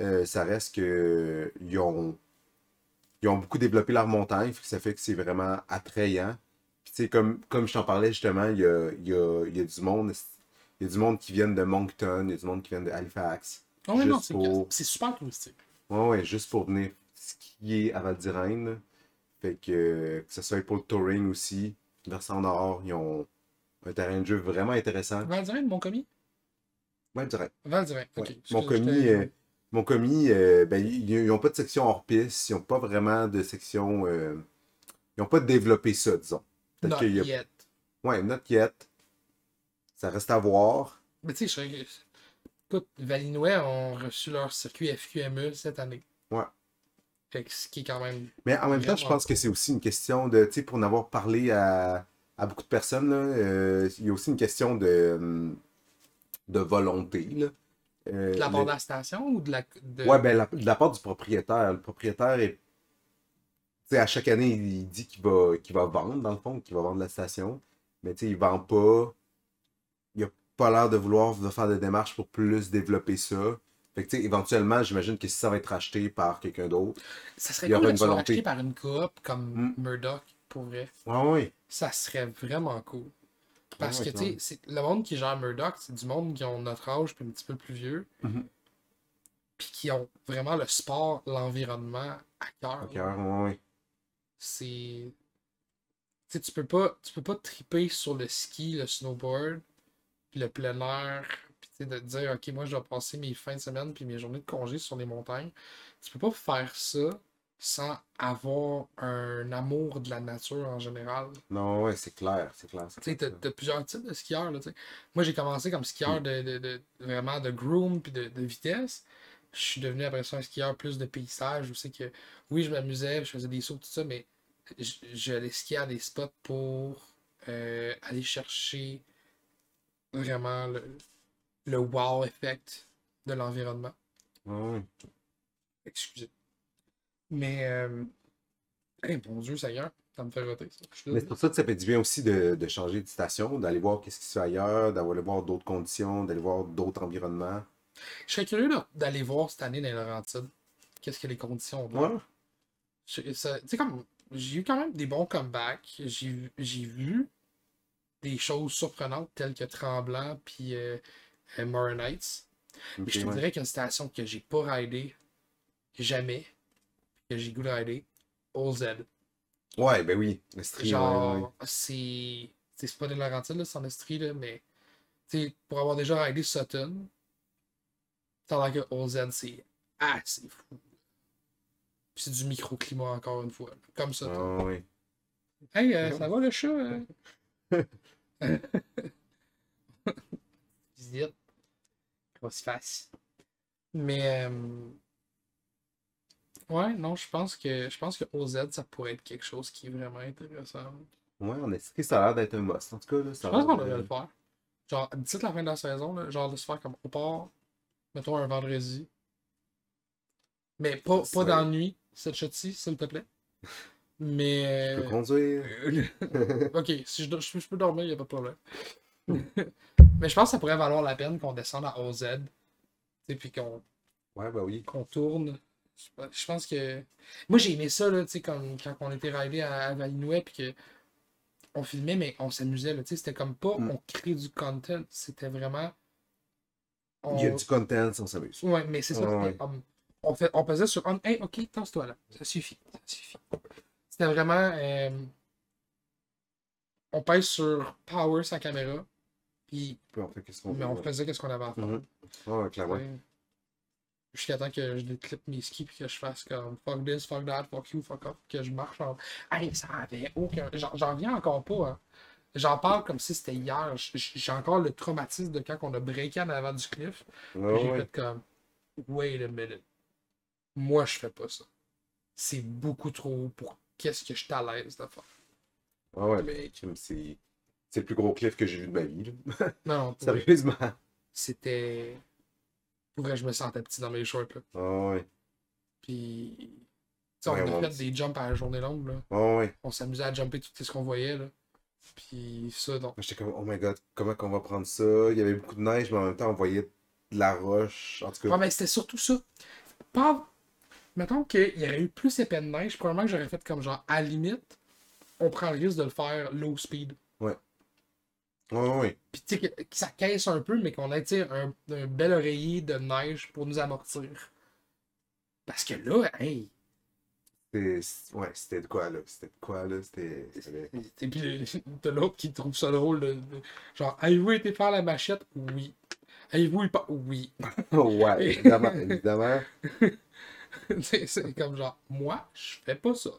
S2: Euh, ça reste que euh, ils ont, ils ont beaucoup développé leur montagne, fait que ça fait que c'est vraiment attrayant. Puis tu sais, comme, comme je t'en parlais justement, il y a, il y a- il y a du monde. Il y a du monde qui vient de Moncton, il y a du monde qui vient de Halifax.
S1: Ah ouais, non,
S2: Juste
S1: c'est
S2: pour-
S1: c'est super touristique.
S2: Ouais, ouais, juste pour venir skier à Val d'Irène. là. Fait que, euh, que ce soit pour le touring aussi, versant nord, ils ont un terrain de jeu vraiment intéressant.
S1: Val d'Irène, mon commis?
S2: Ouais, direct.
S1: Val d'Irène, ok.
S2: Ouais.
S1: Excuse,
S2: Mon commis,
S1: j'étais-
S2: euh, Mon commis, euh, ben, ils n'ont pas de section hors piste, ils n'ont pas vraiment de section. euh, ils n'ont pas développé ça, disons. Peut-être
S1: Not
S2: qu'il y a-
S1: yet.
S2: Ouais, not yet. Ça reste à voir.
S1: Mais tu sais, je... écoute, Valinois ont reçu leur circuit FQME E cette année.
S2: Ouais.
S1: Fait que ce qui est quand même.
S2: Mais en même temps, je
S1: Vraiment
S2: pense que c'est aussi une question de. Tu sais, pour en avoir parlé à, à beaucoup de personnes, là, euh, il y a aussi une question de, hum, de volonté. Là. Euh,
S1: De la part
S2: le-
S1: de la station ou de la. de-
S2: Ouais, ben, la- de la part du propriétaire. Le propriétaire est. Tu sais, à chaque année, il il dit qu'il va, qu'il va vendre, dans le fond, qu'il va vendre la station. Mais tu sais, il vend pas. Il a pas l'air de vouloir de faire des démarches pour plus développer ça. Fait que tu sais, éventuellement, j'imagine que si ça va être acheté par quelqu'un d'autre.
S1: Ça serait
S2: il y
S1: cool
S2: aurait
S1: que
S2: une
S1: ce soit
S2: volonté.
S1: racheté par une coop comme
S2: Mm.
S1: Murdoch, pour vrai.
S2: Ouais, ouais.
S1: Ça serait vraiment cool. Parce
S2: Ouais,
S1: que, tu sais, c'est- le monde qui gère Murdoch, c'est du monde qui ont notre âge, puis un petit peu plus vieux.
S2: Mhm.
S1: Puis qui ont vraiment le sport, l'environnement à cœur.
S2: Ok, Ah ouais, ouais.
S1: c'est tu sais, tu peux pas tu peux pas triper sur le ski le snowboard puis le plein air puis tu sais, de te dire ok moi je dois passer mes fins de semaine puis mes journées de congé sur les montagnes tu peux pas faire ça sans avoir un amour de la nature en général
S2: Non, ouais, c'est clair, c'est clair. c'est
S1: tu sais, t'as,
S2: clair.
S1: t'as plusieurs types de skieurs. Là, tu sais. Moi, j'ai commencé comme skieur de, de- de- vraiment de groom puis de, de vitesse. Je suis devenu après ça un skieur plus de paysage. où c'est que, oui, je m'amusais, je faisais des sauts, tout ça, mais j- j'allais skier à des spots pour euh, aller chercher vraiment le, le wow effect de l'environnement.
S2: Ouais, ouais.
S1: Excusez. Mais, euh, hey, mon Dieu, Seigneur, ça me fait roter. ça. Je suis
S2: Mais
S1: désolé.
S2: c'est pour ça que ça fait du bien aussi de, de changer de station, d'aller voir qu'est-ce qui se fait ailleurs, d'aller voir d'autres conditions, d'aller voir d'autres environnements.
S1: Je serais curieux là, d'aller voir cette année dans les Laurentides. Qu'est-ce que les conditions ont.
S2: Ouais.
S1: Je- ça- Tu sais, comme, j'ai eu quand même des bons comebacks. J'ai j'ai vu des choses surprenantes telles que Tremblant puis euh, euh, Morin Knights. Mais je
S2: Ok,
S1: te
S2: ouais.
S1: dirais qu'une station que j'ai pas ridée jamais, que j'ai goût de rider, All Z.
S2: Ouais, ben oui, le stream.
S1: Genre,
S2: ouais, ouais.
S1: c'est. tu sais, C'est pas des Laurentides, là, c'est en Estrie, là, mais. tu sais, pour avoir déjà ridé Sutton, tandis que OZ, c'est assez fou. Puis c'est du microclimat, encore une fois. là, Comme ça.
S2: Ah, ouais.
S1: Hey, euh, ça va le chat? hein? Visite. Grosse face. Mais. euh, Ouais, non, je pense que je pense que OZ, ça pourrait être quelque chose qui est vraiment intéressant.
S2: Ouais, en Estrie, ça a l'air d'être un must. En tout cas, là,
S1: Je
S2: ça euh, a
S1: pense qu'on
S2: l'air
S1: devrait le
S2: de-
S1: faire. Genre, d'ici la fin de la saison, là, genre de se faire comme au port, mettons un vendredi. Mais pas,
S2: C'est-
S1: pas d'ennui, cette shot-ci, s'il te plaît. Mais.
S2: Je peux conduire.
S1: euh, ok, si je, do- je, je peux dormir, il a pas de problème. Mais je pense que ça pourrait valoir la peine qu'on descende à OZ. tu sais, Puis qu'on
S2: Ouais, bah oui.
S1: qu'on tourne. Je pe- Je pense que. Moi, j'ai aimé ça, là, tu sais, comme quand on était ridé à, à Valinouet, puis que on filmait, mais on s'amusait, là, tu sais. C'était comme pas
S2: Mm.
S1: on crée du content, c'était vraiment. On...
S2: Il y a du content, on s'amuse.
S1: Ouais, mais c'est ça.
S2: Ouais,
S1: c'était
S2: ouais.
S1: comme- On, fait... on pesait sur un. Hey, ok, tasse-toi là. Ça suffit. Ça suffit. C'était vraiment. euh, On pèse sur power sa caméra, puis
S2: Puis on fait qu'est-ce qu'on
S1: mais
S2: veut.
S1: on
S2: ouais.
S1: faisait qu'est-ce qu'on avait à faire.
S2: Mhm. Ouais, clairement.
S1: Ouais. Jusqu'à temps que je déclippe mes skis puis que je fasse comme fuck this, fuck that, fuck you, fuck off, que je marche en. Hey, ça avait aucun. J'en j'en reviens encore pas. hein. J'en parle comme si c'était hier. J- j- J'ai encore le traumatisme de quand on a breaké en avant du cliff.
S2: Ah Ouais,
S1: J'ai
S2: ouais.
S1: fait comme Wait a minute. Moi, je fais pas ça. C'est beaucoup trop pour qu'est-ce que je suis à l'aise de faire.
S2: Ouais, ouais, mais crime, c'est. C'est le plus gros cliff que j'ai vu de ma vie. là.
S1: Non, non, pour-
S2: Sérieusement.
S1: c'était. Pour vrai, je me sentais petit dans mes shorts. Là.
S2: Ouais, ouais.
S1: Puis. tu sais, on
S2: Ouais,
S1: a
S2: ouais.
S1: fait des jumps à la journée longue. Là.
S2: Ouais, ouais.
S1: On s'amusait à jumper tout ce qu'on voyait. Là. Puis ça, donc.
S2: J'étais comme, oh my god, comment qu'on va prendre ça? Il y avait beaucoup de neige, mais en même temps, on voyait de la roche. En tout
S1: Ouais,
S2: cas,
S1: mais c'était surtout ça. Pas... Mettons qu'il y aurait eu plus épais de neige, probablement que j'aurais fait comme genre, à la limite, on prend le risque de le faire low speed.
S2: ouais, ouais, ouais.
S1: Puis tu sais, que, que ça caisse un peu, mais qu'on ait tu sais, un, un bel oreiller de neige pour nous amortir. Parce que là, hey,
S2: C'était- c'est- ouais, c'était de quoi, là? C'était de quoi, là? C'était. c'était-
S1: et puis le- de l'autre qui trouve ça drôle, de, de- genre, avez-vous été faire la machette? Oui. Avez-vous eu pas? Oui.
S2: ouais, évidemment, évidemment.
S1: C'est- c'est comme genre, moi, je fais pas ça.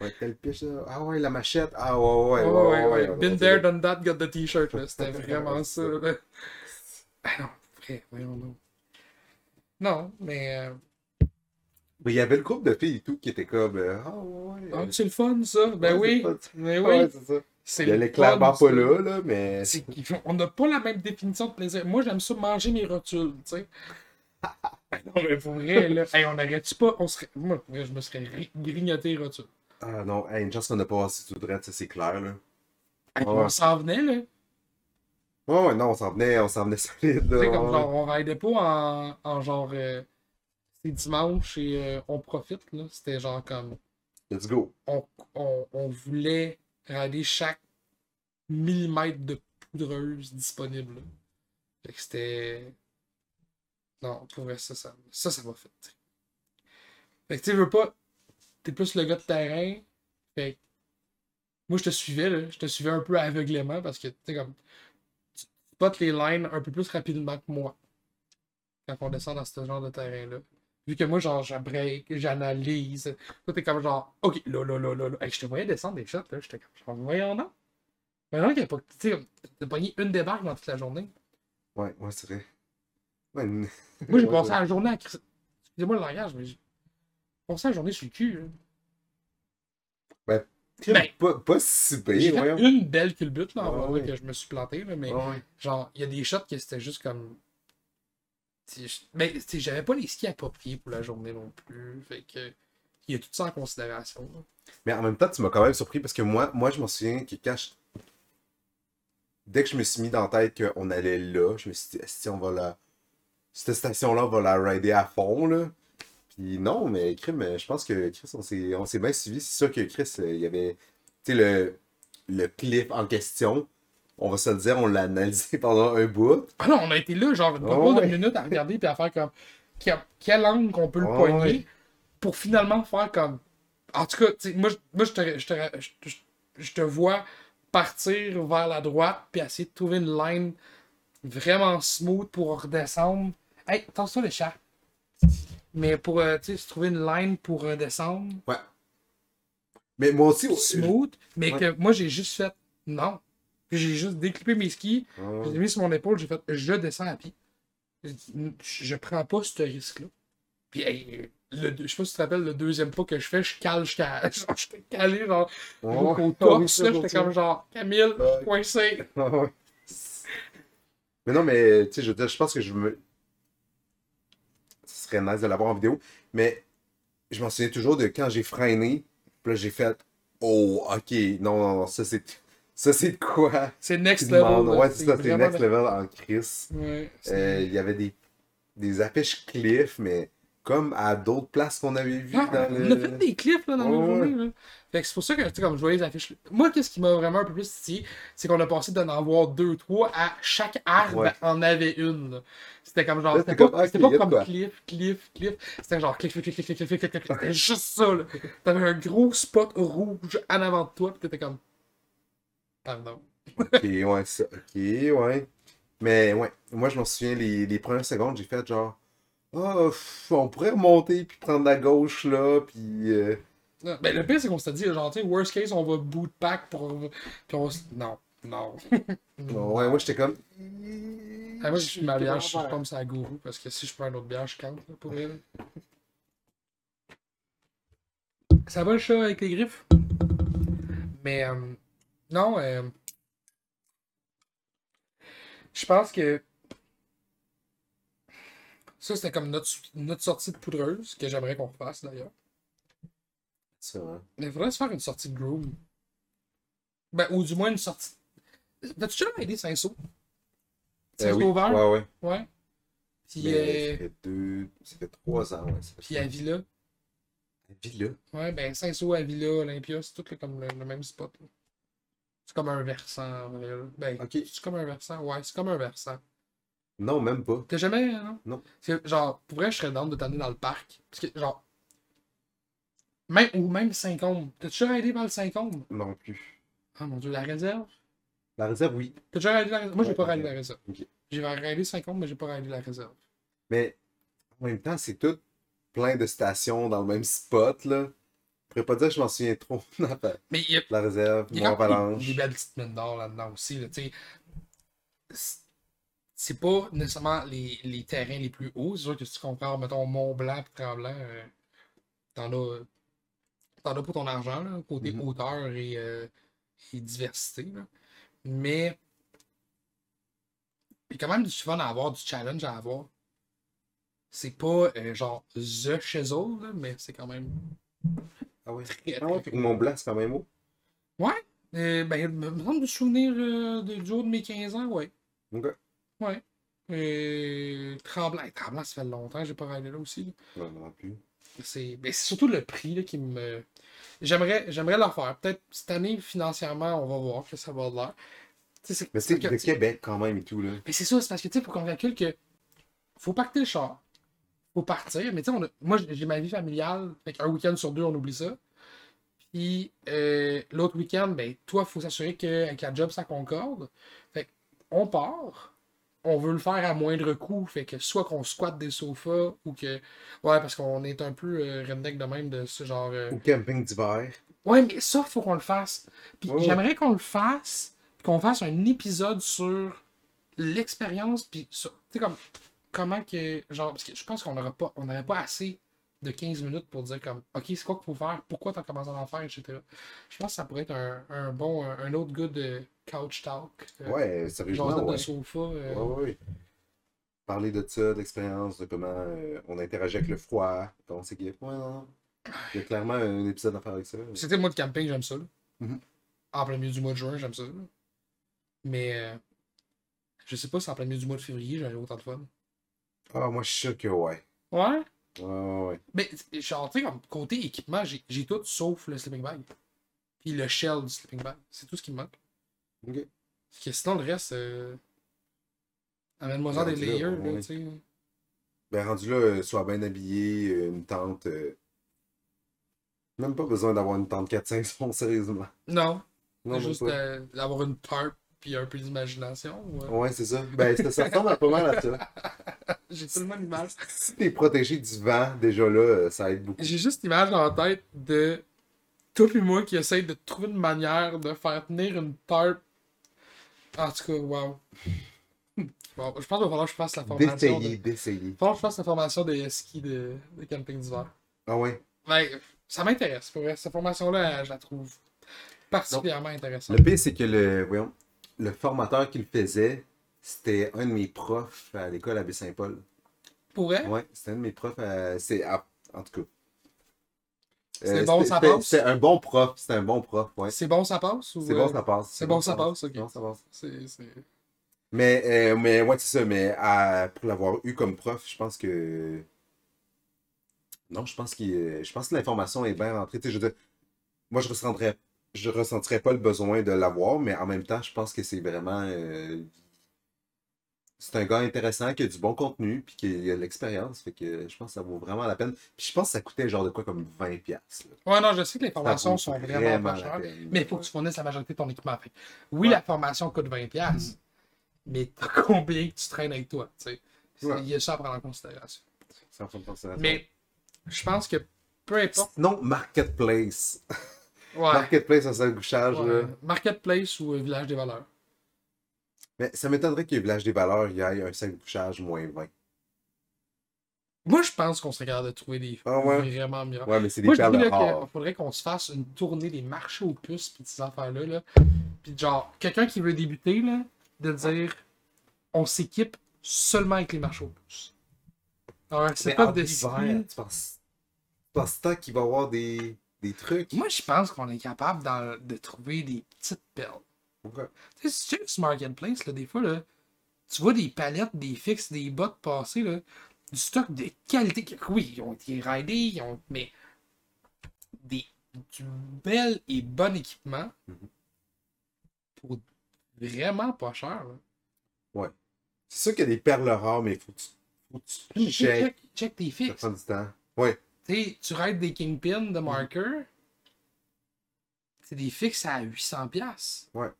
S2: Ouais, quelle pêche, là? Ah ouais, la machette. Ah ouais, ouais,
S1: Oh, Ouais,
S2: ouais.
S1: ouais,
S2: ouais,
S1: ouais.
S2: ouais,
S1: Been
S2: ouais,
S1: there,
S2: ouais.
S1: done that, got the t-shirt, là. C'était vraiment
S2: Ouais,
S1: ça,
S2: c'est
S1: là. Ah non, vrai, voyons donc. Non, mais. euh,
S2: Mais il y avait le groupe de filles et tout qui était comme, euh, ah ouais.
S1: ah,
S2: euh,
S1: c'est le fun, ça. Ben oui.
S2: ouais, c'est pas-
S1: Mais
S2: ouais,
S1: oui.
S2: c'est ça.
S1: C'est
S2: Il y
S1: le
S2: allait
S1: fun,
S2: clairement
S1: ça.
S2: pas là, là, mais.
S1: C'est qu'ils font- On n'a pas la même définition de plaisir. Moi, j'aime ça manger mes rotules, tu sais. Ah non, mais pour vrai, là. Hey, on n'arrête-tu pas? On serait... Moi, pour vrai, je me serais ri- grignoté les rotules.
S2: Ah non, hey, une chance qu'on n'a pas assez tout droit, ça c'est clair, là.
S1: Hey, puis
S2: Ouais.
S1: On s'en venait, là.
S2: Ouais, ouais, non, on s'en venait, on s'en venait solide, là.
S1: Tu sais, comme
S2: ouais.
S1: genre, on raidait pas en, en genre. euh, c'est dimanche et euh, on profite, là. C'était genre comme.
S2: Let's go.
S1: On, on, on voulait raider chaque millimètre de poudreuse disponible. là. Fait que c'était. Non, pour vrai, ça, ça, ça, ça m'a fait. triper. Fait que tu sais, je veux pas. T'es plus le gars de terrain. Fait que. Moi, je te suivais, là. Je te suivais un peu aveuglément parce que, tu sais, comme. Tu spots les lines un peu plus rapidement que moi. Quand on descend dans ce genre de terrain-là. Vu que moi, genre, j'abrègue, j'analyse. Toi, t'es comme genre, OK, là, là, là, là, là. Hey, je te voyais descendre des shots, là. J'étais comme, genre, voyons, non. Mais non, qu'il y a pas. Tu sais, t'as pogné une débarque dans toute la journée.
S2: Ouais, ouais, c'est vrai. Ouais,
S1: Ben
S2: une-
S1: Moi, j'ai
S2: Ouais,
S1: passé
S2: ouais.
S1: la journée à crisser. Excusez-moi le langage, mais j'ai passé la journée sur le cul. là. Ben,
S2: pas, pas si
S1: J'ai
S2: pire,
S1: fait
S2: voyons.
S1: une belle culbute, là, en
S2: Ah
S1: vrai,
S2: ouais.
S1: que je me suis planté, là, mais
S2: Ouais, ouais.
S1: genre, il y a des shots que c'était juste comme. Si je- Mais tu sais, j'avais pas les skis appropriés pour la journée non plus. Fait que. Il y a tout ça en considération. là.
S2: Mais en même temps, tu m'as quand même surpris parce que moi, moi je m'en souviens que quand je- Dès que je me suis mis dans la tête qu'on allait là, je me suis dit, si on va la. Cette station-là, on va la rider à fond, là. Puis non, mais Crime, je pense que Chris, on s'est, on s'est bien suivi. C'est sûr que Chris, euh, il y avait. Tu sais, le, le clip en question, on va se le dire, on l'a analysé pendant un bout.
S1: Ah non, on a été là, genre, une
S2: Ah
S1: couple
S2: ouais.
S1: de minutes à regarder puis à faire comme. Quel, quel angle qu'on peut le
S2: Ah
S1: poigner
S2: ouais.
S1: pour finalement faire comme. En tout cas, tu sais, moi, je- moi je, te, je, te, je, te- je te vois partir vers la droite puis essayer de trouver une line vraiment smooth pour redescendre. Hey, attention le chat. Mais pour, euh, tu sais, se trouver une line pour redescendre
S2: Ouais. Mais moi aussi.
S1: smooth, mais
S2: Ouais.
S1: que moi, j'ai juste fait non. Puis j'ai juste déclippé mes skis
S2: Ah.
S1: je l'ai mis sur mon épaule, j'ai fait je descends à pied. J'ai dit, Je je prends pas ce risque-là. Puis, hey, le, deux- je sais pas si tu te rappelles, le deuxième pas que je fais, je cale jusqu'à. Genre, j'étais calé, genre,
S2: Ouais, ouais.
S1: au
S2: Ah oui,
S1: torse,
S2: ça,
S1: là,
S2: je
S1: j'étais
S2: me
S1: comme genre, Camille,
S2: Ouais.
S1: coincé.
S2: Ah ouais. Mais non, mais tu sais, je veux dire, je pense que je me. serait nice de l'avoir en vidéo. Mais je m'en souviens toujours de quand j'ai freiné, puis là j'ai fait Oh, ok, non, non, non, ça c'est ça c'est de quoi
S1: C'est next
S2: Tu
S1: level.
S2: demandes,
S1: là.
S2: ouais, c'est ça, c'est
S1: vraiment
S2: next level en Chris.
S1: Ouais,
S2: Euh, Il
S1: c'est-
S2: y avait des, des affiches cliff, mais comme à d'autres places qu'on avait vues
S1: Ah,
S2: dans
S1: On a fait
S2: le.
S1: des clips là, dans nos
S2: Ouais,
S1: journées. Là. Fait que c'est pour ça que tu sais, comme je voyais les affiches. Moi, qu'est-ce qui m'a vraiment un peu plus titillé, c'est qu'on a passé d'en avoir deux, trois à chaque arbre
S2: Ouais.
S1: en avait une. là. C'était comme genre.
S2: Là,
S1: C'était
S2: t'es
S1: pas,
S2: comme, Ah,
S1: c'était
S2: ok,
S1: pas
S2: y a de
S1: comme
S2: quoi.
S1: cliff, cliff, cliff. C'était genre cliff, cliff, cliff, cliff, cliff, cliff, cliff, cliff, cliff. C'était juste ça. là. T'avais un gros spot rouge en avant de toi, pis t'étais comme. Pardon.
S2: Ok, ouais, ça. Ok, ouais. Mais ouais, moi je m'en souviens, les, les premières secondes, j'ai fait genre. Ah, pff, on pourrait remonter puis prendre la gauche là, puis. euh,
S1: Non, Ben, le pire, c'est qu'on s'est dit, genre, tu sais, worst case, on va boot pack pour. Puis on va s- Non, non.
S2: Ouais, moi j'étais comme.
S1: Ah, moi, je suis ma
S3: J'étais
S1: bière, je suis
S3: vraiment
S1: comme ça à gourou, parce que si je prends une autre bière, je cante là, pour elle. Ça va le chat avec les griffes? Mais euh, non, euh, je pense que ça, c'était comme notre, notre sortie de poudreuse, que j'aimerais qu'on refasse d'ailleurs.
S2: Ça, hein.
S1: Mais il faudrait se faire une sortie de groom. Ben, ou du moins une sortie. T'as-tu jamais aidé Saint-Saul?
S2: Euh, oui.
S1: Saint-Sauveur?
S2: Ouais, ouais.
S1: Ouais. Puis,
S2: Mais
S1: euh,
S2: ça fait deux. Ça fait trois ans, ouais. ça fait
S1: puis à Villa.
S2: Puis là.
S1: Ouais, ben Saint-Saul, à Villa, Olympia, c'est tout le- comme le, le même spot. là. C'est comme un versant. en vrai, là. Ben,
S2: Ok.
S1: c'est comme un versant. Ouais, c'est comme un versant.
S2: Non, même pas.
S1: T'as jamais, euh, non?
S2: Non.
S1: Parce que, genre, pour vrai, je serais down de t'amener dans le parc. Parce que, genre, même, ou même Saint-Côme. T'as-tu déjà aidé par le Saint-Côme?
S2: Non plus.
S1: Ah mon dieu, la réserve?
S2: La réserve, oui.
S1: T'as déjà réalisé la réserve? Moi, j'ai
S2: Ouais,
S1: pas
S2: ok.
S1: réalisé la réserve.
S2: Ok.
S1: J'ai réalisé 50, mais j'ai pas réalisé la réserve.
S2: Mais en même temps, c'est tout plein de stations dans le même spot, là. Je pourrais pas dire que je m'en souviens trop. Non, ben,
S1: Mais il y a,
S2: La réserve,
S1: il y
S2: mon
S1: a quand même
S2: avalanche.
S1: des- des belles petites mines d'or là-dedans aussi. Là, tu sais. C'est- c'est pas nécessairement les, les terrains les plus hauts. C'est sûr que si tu compares, mettons, Mont-Blanc et Tremblant, euh, t'en as, t'en as pour ton argent, là, côté
S2: Mhm.
S1: hauteur et, euh, et diversité. là. Mais il y a quand même du fun à avoir, du challenge à avoir. C'est pas euh, genre The chez eux, là, mais c'est quand même
S2: Ah ouais.
S1: très,
S2: Ah ouais,
S1: très
S2: fait que Mont Blanc, c'est quand même haut.
S1: euh, ben, il me me semble de souvenir euh, de- du jour de mes 15 ans, ouais.
S2: Ok.
S1: Ouais. Euh, Tremblant. eh, Tremblant, ça fait longtemps que j'ai pas réalisé là aussi. là.
S2: Non, non plus.
S1: C'est ben, c'est surtout le prix là, qui me. J'aimerais j'aimerais le faire. Peut-être cette année, financièrement, on va voir que ça va de l'air. Tu sais, c'est-
S2: Mais c'est
S1: parce
S2: de
S1: que-
S2: Québec quand même et tout, là.
S1: mais c'est ça, c'est parce que, tu sais, faut qu'on calcule que faut pacter le char, faut partir, mais tu sais, on a- moi, j'ai ma vie familiale, fait qu'un week-end sur deux, on oublie ça. Puis euh, l'autre week-end, ben, toi, faut s'assurer qu'avec la job, ça concorde. Fait qu'on part, on veut le faire à moindre coût, fait que soit qu'on squatte des sofas ou que. Ouais, parce qu'on est un peu euh, redneck de même de ce genre. euh,
S2: Au camping d'hiver.
S1: Ouais, mais ça, faut qu'on le fasse. Puis
S2: Ouais, ouais.
S1: j'aimerais qu'on le fasse, puis qu'on fasse un épisode sur l'expérience, puis sur, tu sais, comme, comment que, genre, parce que je pense qu'on n'aurait pas, on n'aurait pas assez de 15 minutes pour dire, comme, OK, c'est quoi qu'il faut faire, pourquoi t'as commencé à en faire, etc. Je pense que ça pourrait être un, un bon, un, un autre good euh, couch talk. euh,
S2: Ouais,
S1: Genre
S2: sérieusement,
S1: de
S2: ouais.
S1: sofa. euh,
S2: Ouais, ouais, ouais. Parler de ça, de l'expérience, de comment euh, on interagit avec le froid, comment c'est qu'il y a. Ouais, non. Il y a clairement un épisode à faire avec ça.
S1: C'était le mois de camping, j'aime ça. là.
S2: Mhm.
S1: En plein milieu du mois de juin, j'aime ça. là. Mais euh, je sais pas si en plein milieu du mois de février, j'aurais autant de fun.
S2: Ah, moi, je suis sûr que ouais.
S1: Ouais.
S2: Ouais, ouais, ouais.
S1: Mais genre, tu sais, comme côté équipement, j'ai j'ai tout sauf le sleeping bag. Puis le shell du sleeping bag. C'est tout ce qui me manque.
S2: Ok.
S1: Parce que sinon, le reste, euh... amène-moi ça des
S2: Ouais, rendu là,
S1: layers, là,
S2: ouais.
S1: tu sais.
S2: Ben, rendu là, euh, sois bien habillé, euh, une tente. euh, Même pas besoin d'avoir une tente 4 5 sérieusement.
S1: Non,
S2: Non,
S1: c'est
S2: même
S1: juste
S2: pas.
S1: euh, d'avoir une tarp puis un peu d'imagination. euh, ouais.
S2: Ouais, c'est ça. Ben, ça, ça ressemble à pas mal à ça.
S1: J'ai tellement l'image.
S2: Si t'es protégé du vent, déjà là, euh, ça aide beaucoup.
S1: J'ai juste l'image en tête de toi et moi qui essaye de trouver une manière de faire tenir une tarp. En tout cas, wow. Bon, je pense qu'il va falloir que je fasse la formation. de-
S2: D'essayer, d'essayer.
S1: Faut que je fasse la formation de ski de, de camping d'hiver.
S2: Ah ouais.
S1: Ben, ça m'intéresse, pour vrai. Cette formation-là, je la trouve particulièrement intéressante.
S2: Le pire, c'est que le, voyons, le formateur qui le faisait, c'était un de mes profs à l'école à Baie-Saint-Paul.
S1: Pour vrai?
S2: Ouais, c'était un de mes profs. à- c'est, à- en tout cas.
S1: C'était
S2: Euh,
S1: bon,
S2: c'était-
S1: ça
S2: c'était-
S1: passe?
S2: C'était un bon prof. C'était un bon prof, ouais.
S1: C'est bon, ça passe? ou,
S2: C'est
S1: euh,
S2: bon, ça passe.
S1: C'est bon, ça passe, ok.
S2: C'est bon, ça passe.
S1: C'est- c'est-
S2: Mais, euh, mais ouais, c'est ça. Mais à- pour l'avoir eu comme prof, je pense que. Non, je pense, qu'il, euh, je pense que l'information est bien rentrée. Tu sais, je veux dire, moi, je ressentirais, je ressentirais pas le besoin de l'avoir, mais en même temps, je pense que c'est vraiment. euh, C'est un gars intéressant qui a du bon contenu puis qui a de l'expérience. Fait que je pense que ça vaut vraiment la peine. Puis je pense que ça coûtait genre de quoi comme 20$. piastres, là.
S1: Ouais, non, je sais que les
S2: Ça
S1: formations
S2: vaut
S1: sont vraiment pas
S2: la
S1: chères.
S2: peine.
S1: Mais il faut que tu fournisses la majorité de ton équipement. Fait que oui,
S2: Ouais.
S1: la formation coûte 20$, piastres, mais t'as combien que tu traînes avec toi? tu sais? C'est-
S2: Ouais.
S1: Il y a ça à prendre en considération.
S2: Ça en prend pas ça.
S1: Mais je pense que peu importe.
S2: Sinon, Marketplace.
S1: Ouais,
S2: Marketplace à Saint-Gouchage,
S1: ouais,
S2: là.
S1: marketplace ou euh, village des valeurs.
S2: Mais ça m'étonnerait que Village des Valeurs, il y ait un Saint-Gouchage moins 20.
S1: Moi, je pense qu'on serait capable de trouver des
S2: Ah ouais.
S1: vraiment miracles.
S2: Ouais, mais c'est des
S1: Moi, je
S2: perles
S1: dis là,
S2: rares.
S1: qu'il faudrait qu'on se fasse une tournée des marchés aux puces puis de ces affaires-là. Là. Puis genre, quelqu'un qui veut débuter, là, de dire on s'équipe seulement avec les marchés aux puces. Alors, c'est
S2: Mais
S1: pas
S2: en
S1: de
S2: hiver, tu penses, tu penses tant qu'il va y avoir des, des trucs?
S1: Moi, je pense qu'on est capable d'en- de trouver des petites perles.
S2: Pourquoi?
S1: Tu sais, si tu checkes sur Marketplace, là, des fois, là, tu vois des palettes, des fixes, des bottes passer, là, du stock de qualité. que- Oui, ils ont été ridés, ils ont... mais des, du bel et bon équipement
S2: Mhm.
S1: pour vraiment pas cher. là.
S2: C'est sûr qu'il y a des perles rares, mais il faut que tu, faut que tu check.
S1: Check, check tes
S2: Ça
S1: fixes.
S2: prend du temps. Ouais.
S1: Tu sais, tu raides des kingpins
S2: Mhm.
S1: de marker, c'est des fixes à 800$. piastres.
S2: Ouais.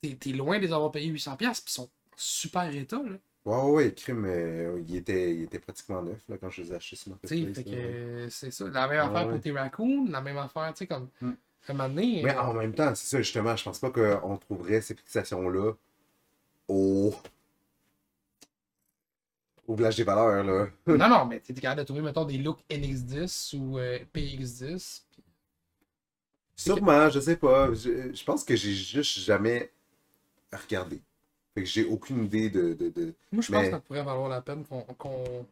S1: T'es t'es loin de les avoir payés 800$, puis ils sont en super état. Là.
S2: Ouais, ouais, ouais, le crime, euh, il, était, il était pratiquement neuf là, quand je les ai achetés sur
S1: Tu sais,
S2: Marketplace.
S1: fait que
S2: là, ouais.
S1: euh, c'est ça. La même affaire
S2: ouais.
S1: pour tes raccoons, la même affaire, tu sais, comme.
S2: Hmm.
S1: À un moment donné.
S2: Mais
S1: euh,
S2: en même temps, c'est ça, justement, je pense pas qu'on trouverait ces fixations-là au... au village des valeurs, là.
S1: euh, Non, non, mais t'es capable de trouver, mettons, des looks NX10 ou euh, PX10. puis-
S2: Sûrement, je sais pas. Je, je pense que j'ai juste jamais regardé. Fait que j'ai aucune idée de. de, de-
S1: Moi, je pense
S2: Mais-
S1: que ça pourrait valoir la peine qu'on. qu'on-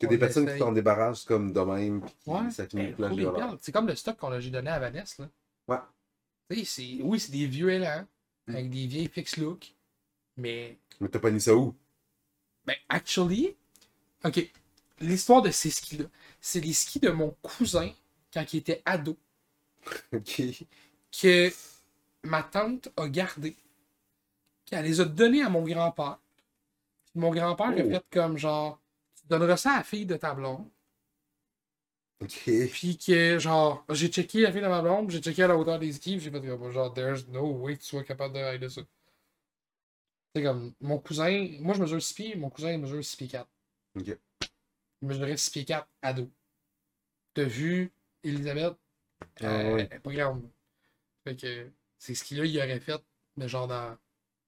S2: Que
S1: On
S2: des personnes qui
S1: l'essaye.
S2: s'en débarrassent comme de même, puis qui-
S1: Ouais.
S2: ça finit
S1: Ben,
S2: au plage
S1: trouve
S2: de
S1: des
S2: valeur.
S1: perles. C'est comme le stock qu'on a j'ai donné à Vanessa, là.
S2: Ouais.
S1: Tu sais, c'est- oui, c'est des vieux élans,
S2: Hmm.
S1: avec des vieilles fix looks, mais
S2: Mais t'as pas mis ça où?
S1: Ben, actually, OK. L'histoire de ces skis-là, c'est les skis de mon cousin quand il était ado,
S2: Ok.
S1: que ma tante a gardé, qu'elle les a donnés à mon grand-père. Puis Mon grand-père a
S2: Oh.
S1: fait comme genre, tu donneras ça à la fille de ta blonde.
S2: Ok.
S1: Puis que genre, j'ai checké la fille de ma blonde, j'ai checké à la hauteur des skis, puis j'ai fait comme genre, there's no way que tu sois capable de régler ça. C'est comme, mon cousin, moi je mesure 6 pieds, mon cousin il mesure 6 pieds 4.
S2: Ok.
S1: Il mesurait 6 pieds 4 ado. T'as vu, Elisabeth,
S2: Ah
S1: euh,
S2: oui.
S1: elle est pas grande. Fait que c'est ce qu'il a, il aurait fait, mais genre dans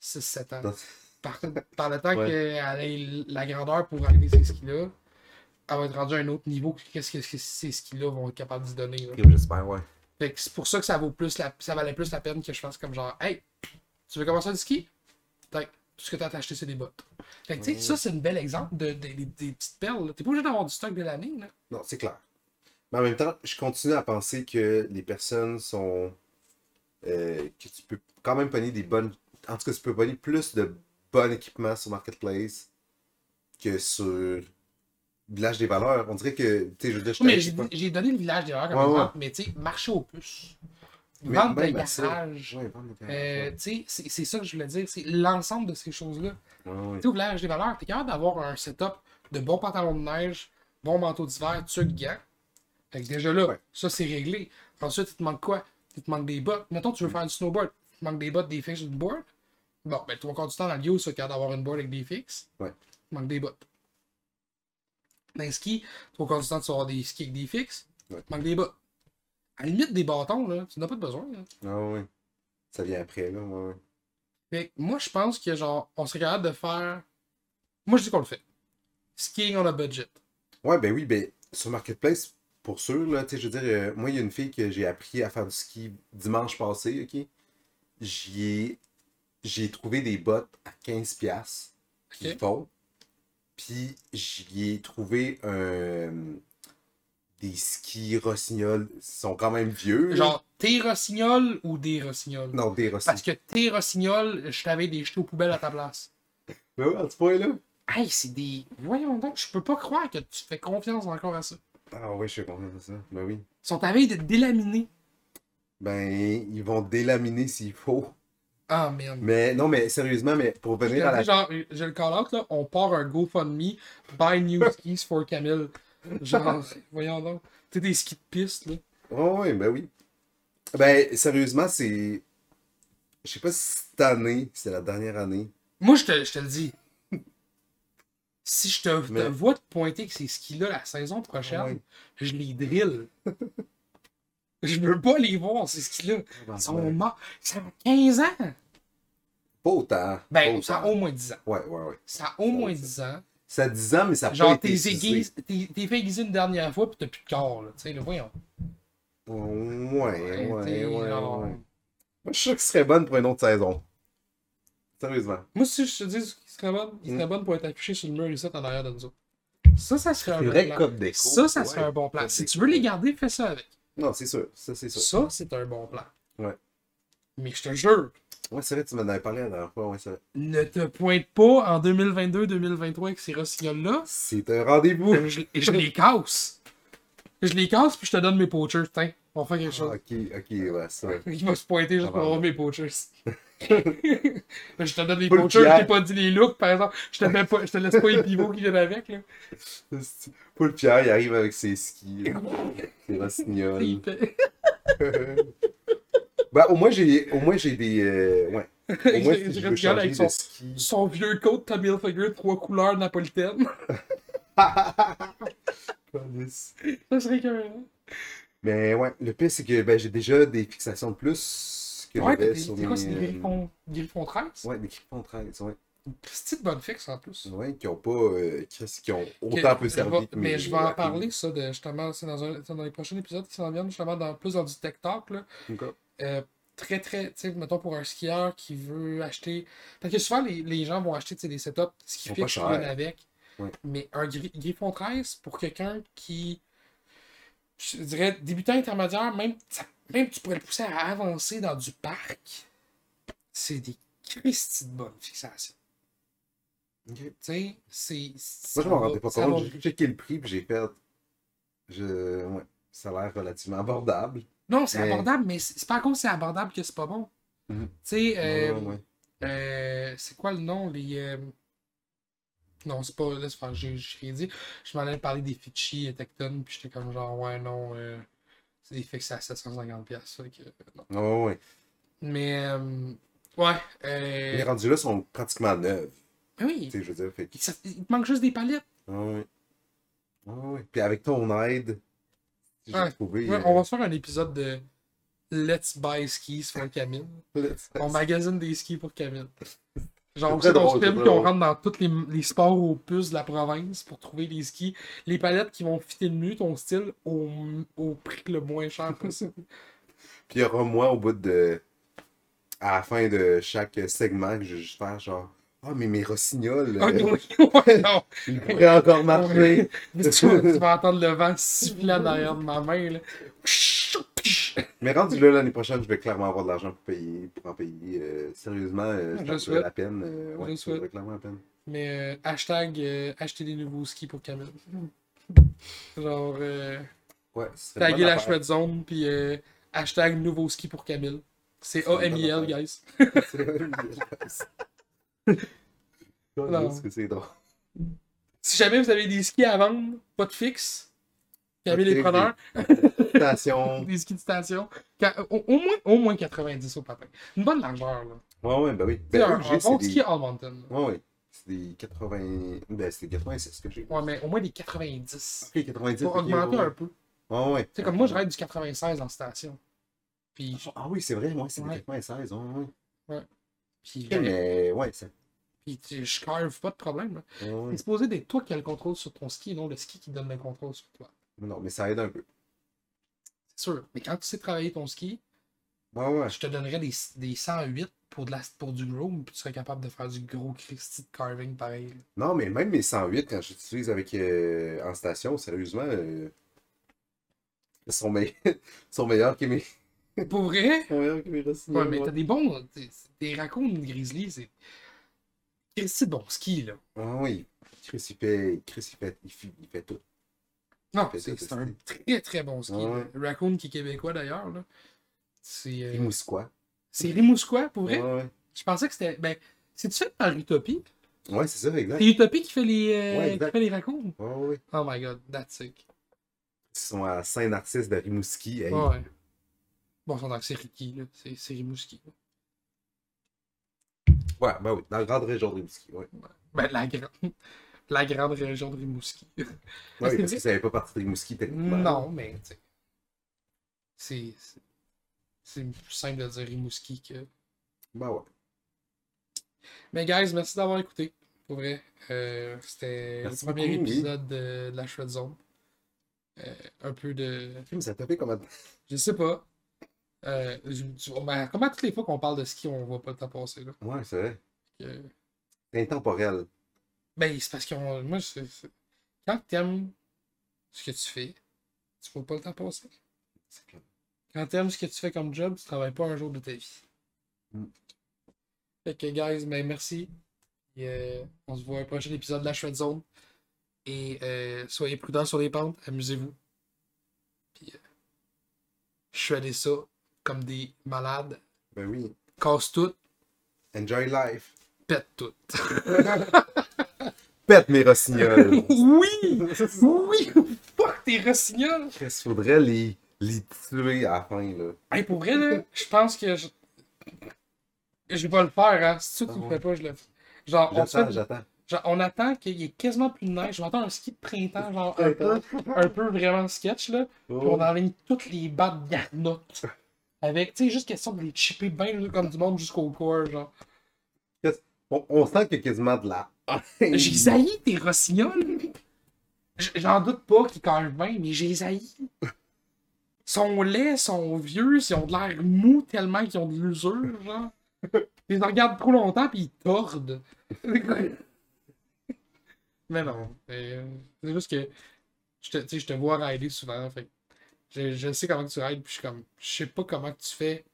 S1: 6-7 ans.
S2: Dans-
S1: Par, par le temps
S2: Ouais.
S1: qu'elle ait la grandeur pour régler ces skis-là, elle va être rendue à un autre niveau que qu'est-ce que ces skis-là vont être capables de se donner. là.
S2: Ok, J'espère, ouais.
S1: Fait que c'est pour ça que ça vaut plus la, ça valait plus la peine que je fasse comme genre Hey, tu veux commencer du ski? Fait que tout ce que t'as acheté, c'est des bottes. Fait que tu sais,
S2: Mm.
S1: ça c'est un bel exemple de, de- des- des petites perles. là. T'es pas obligé d'avoir du stock de l'année, là.
S2: Non, c'est clair. Mais en même temps, je continue à penser que les personnes sont. euh, que tu peux quand même pogner des bonnes. En tout cas, tu peux pogner plus de bons équipements sur Marketplace que sur Village des valeurs. On dirait que. Tu sais, je veux dire, je
S1: Mais
S2: t'arrête
S1: j'ai
S2: pas.
S1: j'ai donné le village d'erreur comme
S2: Ouais,
S1: exemple, mais tu sais, marché aux puces.
S2: Mais
S1: Vente de
S2: même à ça,
S1: garage.
S2: ouais, vendre des garages,
S1: Euh, tu sais, c'est c'est ça que je voulais dire, c'est l'ensemble de ces choses-là.
S2: ouais. Ouais, ouais.
S1: Tu sais, au village des valeurs, t'es capable d'avoir un setup de bons pantalons de neige, bon manteau d'hiver, tuc, gants. Fait que déjà là,
S2: Ouais.
S1: ça c'est réglé. Ensuite, il te manque quoi? Il te manque des bottes. Mettons, tu veux faire du snowboard. Il te manque des bottes, des fixes, une board. Bon, ben, trois quarts du temps dans le lieu, ça, capable d'avoir une board avec des fixes.
S2: Ouais.
S1: Il te manque des bottes. Dans le ski, trois quarts du temps, tu vas avoir des skis avec des fixes.
S2: Ouais.
S1: Il te manque des bottes. À la limite, des bâtons, là, tu n'en as pas de besoin. là.
S2: Ouais, ouais. Ça vient après, là. Ouais, ouais.
S1: Fait que moi, je pense que genre, on serait capable de faire. Moi, je dis qu'on le fait. Skiing on a budget.
S2: Ouais, ben oui, ben sur Marketplace, pour sûr, là, tu sais, je veux dire, euh, moi, il y a une fille que j'ai appris à faire du ski dimanche passé, ok? J'y ai, j'y ai trouvé des bottes à 15$ qui
S1: Ok.
S2: font. Puis j'y ai trouvé un- des skis rossignols. Ils sont quand même vieux. là.
S1: Genre, t'es rossignol ou des rossignols?
S2: Non, des
S1: Parce
S2: rossignols.
S1: que t'es rossignol, je t'avais des jetés aux poubelles à ta place.
S2: Mais ouais, à ce point-là.
S1: Hey, c'est des. Voyons donc, je peux pas croire que tu fais confiance encore à ça.
S2: Ah oui, je suis content de ça. Ben oui.
S1: Ils sont à veille de délaminer.
S2: Ben, ils vont délaminer s'il faut.
S1: Ah, merde.
S2: Mais non, mais sérieusement, mais pour
S1: Je
S2: revenir à
S1: le
S2: la.
S1: dis, genre, je le call out, là, on part un GoFundMe, buy new skis for Camille. Genre, voyons donc. Tu sais, des skis de piste, là.
S2: Oh, oui, ben oui. Ben, sérieusement, c'est. Je sais pas si cette année, c'est la dernière année.
S1: Moi, je te, je te le dis. Si je te, te
S2: Mais-
S1: vois te pointer avec ces skis-là la saison prochaine,
S2: Ouais.
S1: je les drille. je veux pas les voir, ces skis-là. Ils sont
S2: Ah, Ouais.
S1: morts. Ça a 15 ans.
S2: Pas autant.
S1: Ben,
S2: pas
S1: ça a
S2: autant.
S1: au moins 10 ans.
S2: Ouais, ouais, ouais.
S1: Ça a au moins
S2: Ça-
S1: 10 ans.
S2: Ça a 10 ans, mais ça a pas
S1: Genre,
S2: été
S1: t'es
S2: utilisé.
S1: aiguisé- t'es t'es fait aiguiser une dernière fois, puis t'as plus de corps, là. Tu sais, là, voyons.
S2: Ouais, ouais,
S1: T'es
S2: ouais, ouais.
S1: genre-
S2: Moi, je suis sûr que ce serait bonne pour une autre saison. Sérieusement.
S1: Moi, si je te dis qu'il serait bon, il serait
S2: Mm.
S1: bon pour être affiché sur le mur ici, en arrière de nous autres. Ça, ça serait un bon plan.
S2: comme des
S1: Ça, ça serait un bon
S2: Ben,
S1: plan. Si tu veux les garder, fais ça avec.
S2: Non, c'est sûr. Ça, c'est sûr.
S1: Ça, c'est un bon plan.
S2: Ouais.
S1: Mais je te jure,
S2: Ouais, c'est vrai, tu m'en avais parlé la dernière fois. Ouais, c'est vrai.
S1: ne te pointe pas en 2022-2023 avec ces rossignols-là.
S2: C'est un rendez-vous.
S1: Je, je les casse. Je les casse, puis je te donne mes poachers. Tiens, on va faire quelque
S2: Ah,
S1: chose.
S2: ok, ok, ouais, c'est vrai.
S1: Il va se pointer juste
S2: Ah,
S1: pour
S2: bon.
S1: avoir mes poachers. je te donne les
S2: Full
S1: poachers, je
S2: pierre.
S1: t'ai pas dit les looks, par exemple. Je te, mets pas, je te laisse pas les pivots qui viennent avec. Là.
S2: C'est- Paul Pierre, il arrive avec ses skis. euh, ses rossignols. ben, au moins, j'ai, au moins, j'ai des. euh, ouais. Au moins, si
S1: Je
S2: je veux
S1: rigole
S2: changer
S1: avec
S2: de
S1: son-
S2: ski.
S1: Son vieux coat Tommy Hilfiger, trois couleurs napolitaines. ça serait carrément.
S2: Mais ouais, le pire, c'est que ben, j'ai déjà des fixations de plus que
S1: Ouais,
S2: j'avais
S1: t'es
S2: sur
S1: t'es quoi, c'est des
S2: mes, euh,
S1: griffons, griffons 13?
S2: Ouais, des Griffons 13, ouais.
S1: Petite bonne fixe en plus.
S2: Ouais, qui ont pas. euh, Chris, qui ont autant
S1: Que-
S2: peu
S1: je
S2: servi
S1: vais-
S2: que mes-
S1: Mais je vais en
S2: ouais,
S1: parler, ça, de, justement, c'est dans, un- c'est dans les prochains épisodes qui s'en viennent, justement, dans, plus dans du tech talk. Là.
S2: encore.
S1: Euh, très, très, tu sais, mettons pour un skieur qui veut acheter. Parce que souvent, les, les gens vont acheter tu sais, des setups, ce qui
S2: Ils sont
S1: fait
S2: pas
S1: qu'ils
S2: chers.
S1: viennent avec.
S2: Ouais.
S1: Mais un gri- Griffon 13, pour quelqu'un qui, je dirais, débutant intermédiaire, même, ça- même tu pourrais le pousser à avancer dans du parc, c'est des Christy de bonnes fixations.
S2: Ok.
S1: Tu sais, c'est.
S2: Moi, je m'en rendais pas compte. J'ai
S1: compte.
S2: checké le prix, puis j'ai fait. Je... Ouais, ça a l'air relativement abordable.
S1: Non, c'est
S2: Mais-
S1: abordable, mais c'est c'est pas à cause que c'est abordable que c'est pas bon.
S2: Mhm.
S1: Tu sais, euh,
S2: Ouais, ouais.
S1: Euh, c'est quoi le nom? Les. euh, Non, c'est pas. Laisse faire, j'ai j'ai rien dit. Je m'en allais parler des Fitchi et Tecton, puis j'étais comme genre, ouais, non, euh, c'est des fixes à 750$. piastres, fait que, euh, non.
S2: Ouais, ouais, ouais.
S1: Mais, euh, ouais.
S2: Les
S1: Euh...
S2: rendus là sont pratiquement neufs.
S1: mais Oui,
S2: Tu sais, je veux dire, fait que-
S1: il, ça- il te manque juste des palettes.
S2: Ouais, ouais. Ouais, ouais. Puis avec ton aide, j'ai
S1: Ouais.
S2: trouvé.
S1: Ouais,
S2: euh,
S1: on va se faire un épisode de Let's Buy Skis for Camille. on magasine des skis pour Camille. Genre, on
S2: C'est
S1: sait
S2: très
S1: qu'on se
S2: drôle, c'est
S1: filme
S2: très
S1: puis on
S2: drôle.
S1: rentre dans tous les, les sports aux puces de la province pour trouver les skis, les palettes qui vont fitter le mieux ton style au, au prix le moins cher possible.
S2: Puis il y aura moi au bout de. À la fin de chaque segment que je vais juste faire genre. Ah, mais mes rossignols,
S1: Ah,
S2: euh,
S1: oui, Ah, ouais, non.
S2: ils pourraient encore marcher.
S1: Mais tu, vas- tu vas entendre le vent siffler derrière de ma main. Là. Je
S2: mais rendu là, l'année prochaine, je vais clairement avoir de l'argent pour payer, pour en payer. euh, sérieusement, euh,
S1: Je
S2: ça vaudrait
S1: souhaite.
S2: la peine. euh, ouais,
S1: Je
S2: ça vaudrait
S1: souhaite.
S2: clairement la peine.
S1: Mais euh, hashtag euh, acheter des nouveaux skis pour Camille. Genre, euh,
S2: Ouais, ce serait une
S1: taguer
S2: bonne
S1: la
S2: affaire.
S1: chouette zone puis euh, hashtag nouveau ski pour Camille. C'est
S2: C'est une bonne
S1: A-M-I-L,
S2: affaire.
S1: guys.
S2: C'est une bonne affaire.
S1: Non.
S2: Est-ce que c'est drôle?
S1: Si jamais vous avez des skis à vendre, pas de fixe, Camille
S2: Ok,
S1: les preneurs,
S2: Station.
S1: des skis de station, ca- au, au moins, au moins 90 au patin. Une bonne largeur, là.
S2: Ouais, ouais, bah oui.
S1: Tu sais,
S2: Ben,
S1: un,
S2: eux,
S1: un
S2: j'ai,
S1: bon
S2: c'est des-
S1: ski all mountain. là.
S2: Ouais, ouais. C'est des 80. Ben, c'est des 86 que j'ai.
S1: Ouais, mais au moins des 90.
S2: Ok, 90.
S1: Pour
S2: ok,
S1: augmenter
S2: ouais,
S1: un peu. Tu
S2: ouais. Ouais, ouais.
S1: sais, comme moi, je rêve du 96 en station. Puis,
S2: Ah oui, c'est vrai, moi, c'est des
S1: Ouais.
S2: 96. Ouais, ouais.
S1: puis,
S2: Ok, Mais ouais, ça.
S1: puis tu- je curve, pas de problème. là.
S2: ouais, ouais.
S1: C'est supposé d'être toi qui as le contrôle sur ton ski et non le ski qui donne le contrôle sur toi.
S2: Non, mais ça aide un peu.
S1: C'est sûr. Mais quand tu sais travailler ton ski,
S2: Ouais, ouais.
S1: Ah, Je te donnerais des, des 108 pour, de la, pour du groom, puis tu serais capable de faire du gros Christy de carving pareil. là.
S2: Non, mais même mes 108, quand j'utilise avec euh, en station, sérieusement, euh, ils sont, me- ils sont meilleurs que mes.
S1: Pour vrai?
S2: ils sont meilleurs que mes Rossignol,
S1: Ouais, mais
S2: ouais.
S1: t'as des bons. t'es- Des raccoons de grizzly, c'est. Christy de bon ski, là.
S2: Ah oui. Chris, il fait, Chris, il fait, il fait, il fait tout.
S1: Non,
S2: Fais
S1: c'est
S2: ça,
S1: c'est un très très bon ski.
S2: Ouais,
S1: là.
S2: ouais.
S1: Raccoon qui est québécois d'ailleurs. là. C'est euh,
S2: Il mousse quoi?
S1: c'est Rimouskois pour vrai.
S2: Ouais, ouais.
S1: Je pensais que c'était. Ben, c'est-tu fait par Utopie
S2: Ouais, c'est ça, exact.
S1: C'est Utopie qui fait les, euh,
S2: Ouais, exact.
S1: qui fait les raccoons.
S2: Ouais, ouais. ouais.
S1: Oh my god, that's sick.
S2: Ils sont à Saint-Narcisse de Rimouski. hey.
S1: Ouais. Bon, c'est c'est Ricky, là. C'est c'est Rimouski. là.
S2: Ouais, ben oui, dans la grande région de Rimouski, ouais.
S1: Ben, la grande. La grande région de Rimouski.
S2: Ouais,
S1: c'est
S2: parce
S1: vrai.
S2: que ça n'avait pas parti de Rimouski, techniquement.
S1: Non, mais tu sais, c'est c'est- c'est plus simple de dire Rimouski que.
S2: Ben ouais.
S1: Mais guys, merci d'avoir écouté. Pour vrai, Euh, c'était le
S2: Merci
S1: premier
S2: beaucoup, oui.
S1: épisode de, de la chouette zone. Euh, un peu de,
S2: Film, ça t'a fait comment
S1: je sais pas. Euh, je- tu- on- ben, comment toutes les fois qu'on parle de ski, on voit pas le temps passer là.
S2: Ouais, c'est vrai.
S1: Euh,
S2: C'est intemporel.
S1: ben c'est parce que moi, je- je- quand t'aimes ce que tu fais, tu vois pas le temps passer.
S2: C'est clair.
S1: Quand t'aimes ce que tu fais comme job, tu travailles pas un jour de ta vie. Hmm.
S2: Mm.
S1: Fait que, guys, ben, merci. Et, euh, on se voit au prochain épisode de la chouette zone. Et euh, soyez prudents sur les pentes, amusez-vous. Puis, euh, shreddez ça comme des malades.
S2: Ben oui.
S1: Casse tout,
S2: Enjoy life.
S1: pète tout.
S2: Pète mes rossignols.
S1: oui! Oui! Fuck tes rossignols!
S2: Il faudrait les, les tuer à la fin, là.
S1: Hey, pour vrai, là, je pense que je... je vais le faire, hein. C'est sûr que
S2: Ah
S1: tu le
S2: ouais.
S1: fais pas, je le fais. Genre, on se fait
S2: J'attends, j'attends.
S1: Genre, on attend qu'il y ait quasiment plus de neige. On attend un ski de printemps, genre un peu, Oh. un peu vraiment sketch, là.
S2: Oh.
S1: Puis on enligne toutes les battes de garnottes. Avec, tu sais, juste question de les chipper bien comme du monde jusqu'au corps, genre.
S2: On, on sent qu'il y a quasiment de la haine.
S1: J'ai zaï tes rossignols. J- J'en doute pas qu'ils carvent bien, mais j'ai zaï. Ils sont laids, sont vieux, ils ont de l'air mou tellement qu'ils ont de l'usure, genre. Ils en regardent trop longtemps puis ils tordent. Mais non, euh, c'est juste que je te, tu sais, je te vois rider souvent, fait que je, je sais comment tu rides, puis je suis comme, je sais pas comment tu fais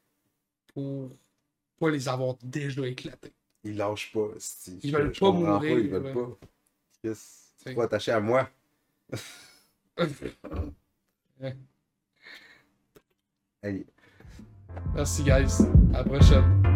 S1: pour pas les avoir déjà éclatés.
S2: Ils lâchent pas. si.
S1: Ils veulent
S2: Je
S1: pas
S2: comprends
S1: mourir,
S2: ils veulent
S1: ouais.
S2: pas. Yes.
S1: C'est-
S2: Faut attacher à moi. Hey.
S1: Merci guys, à la prochaine.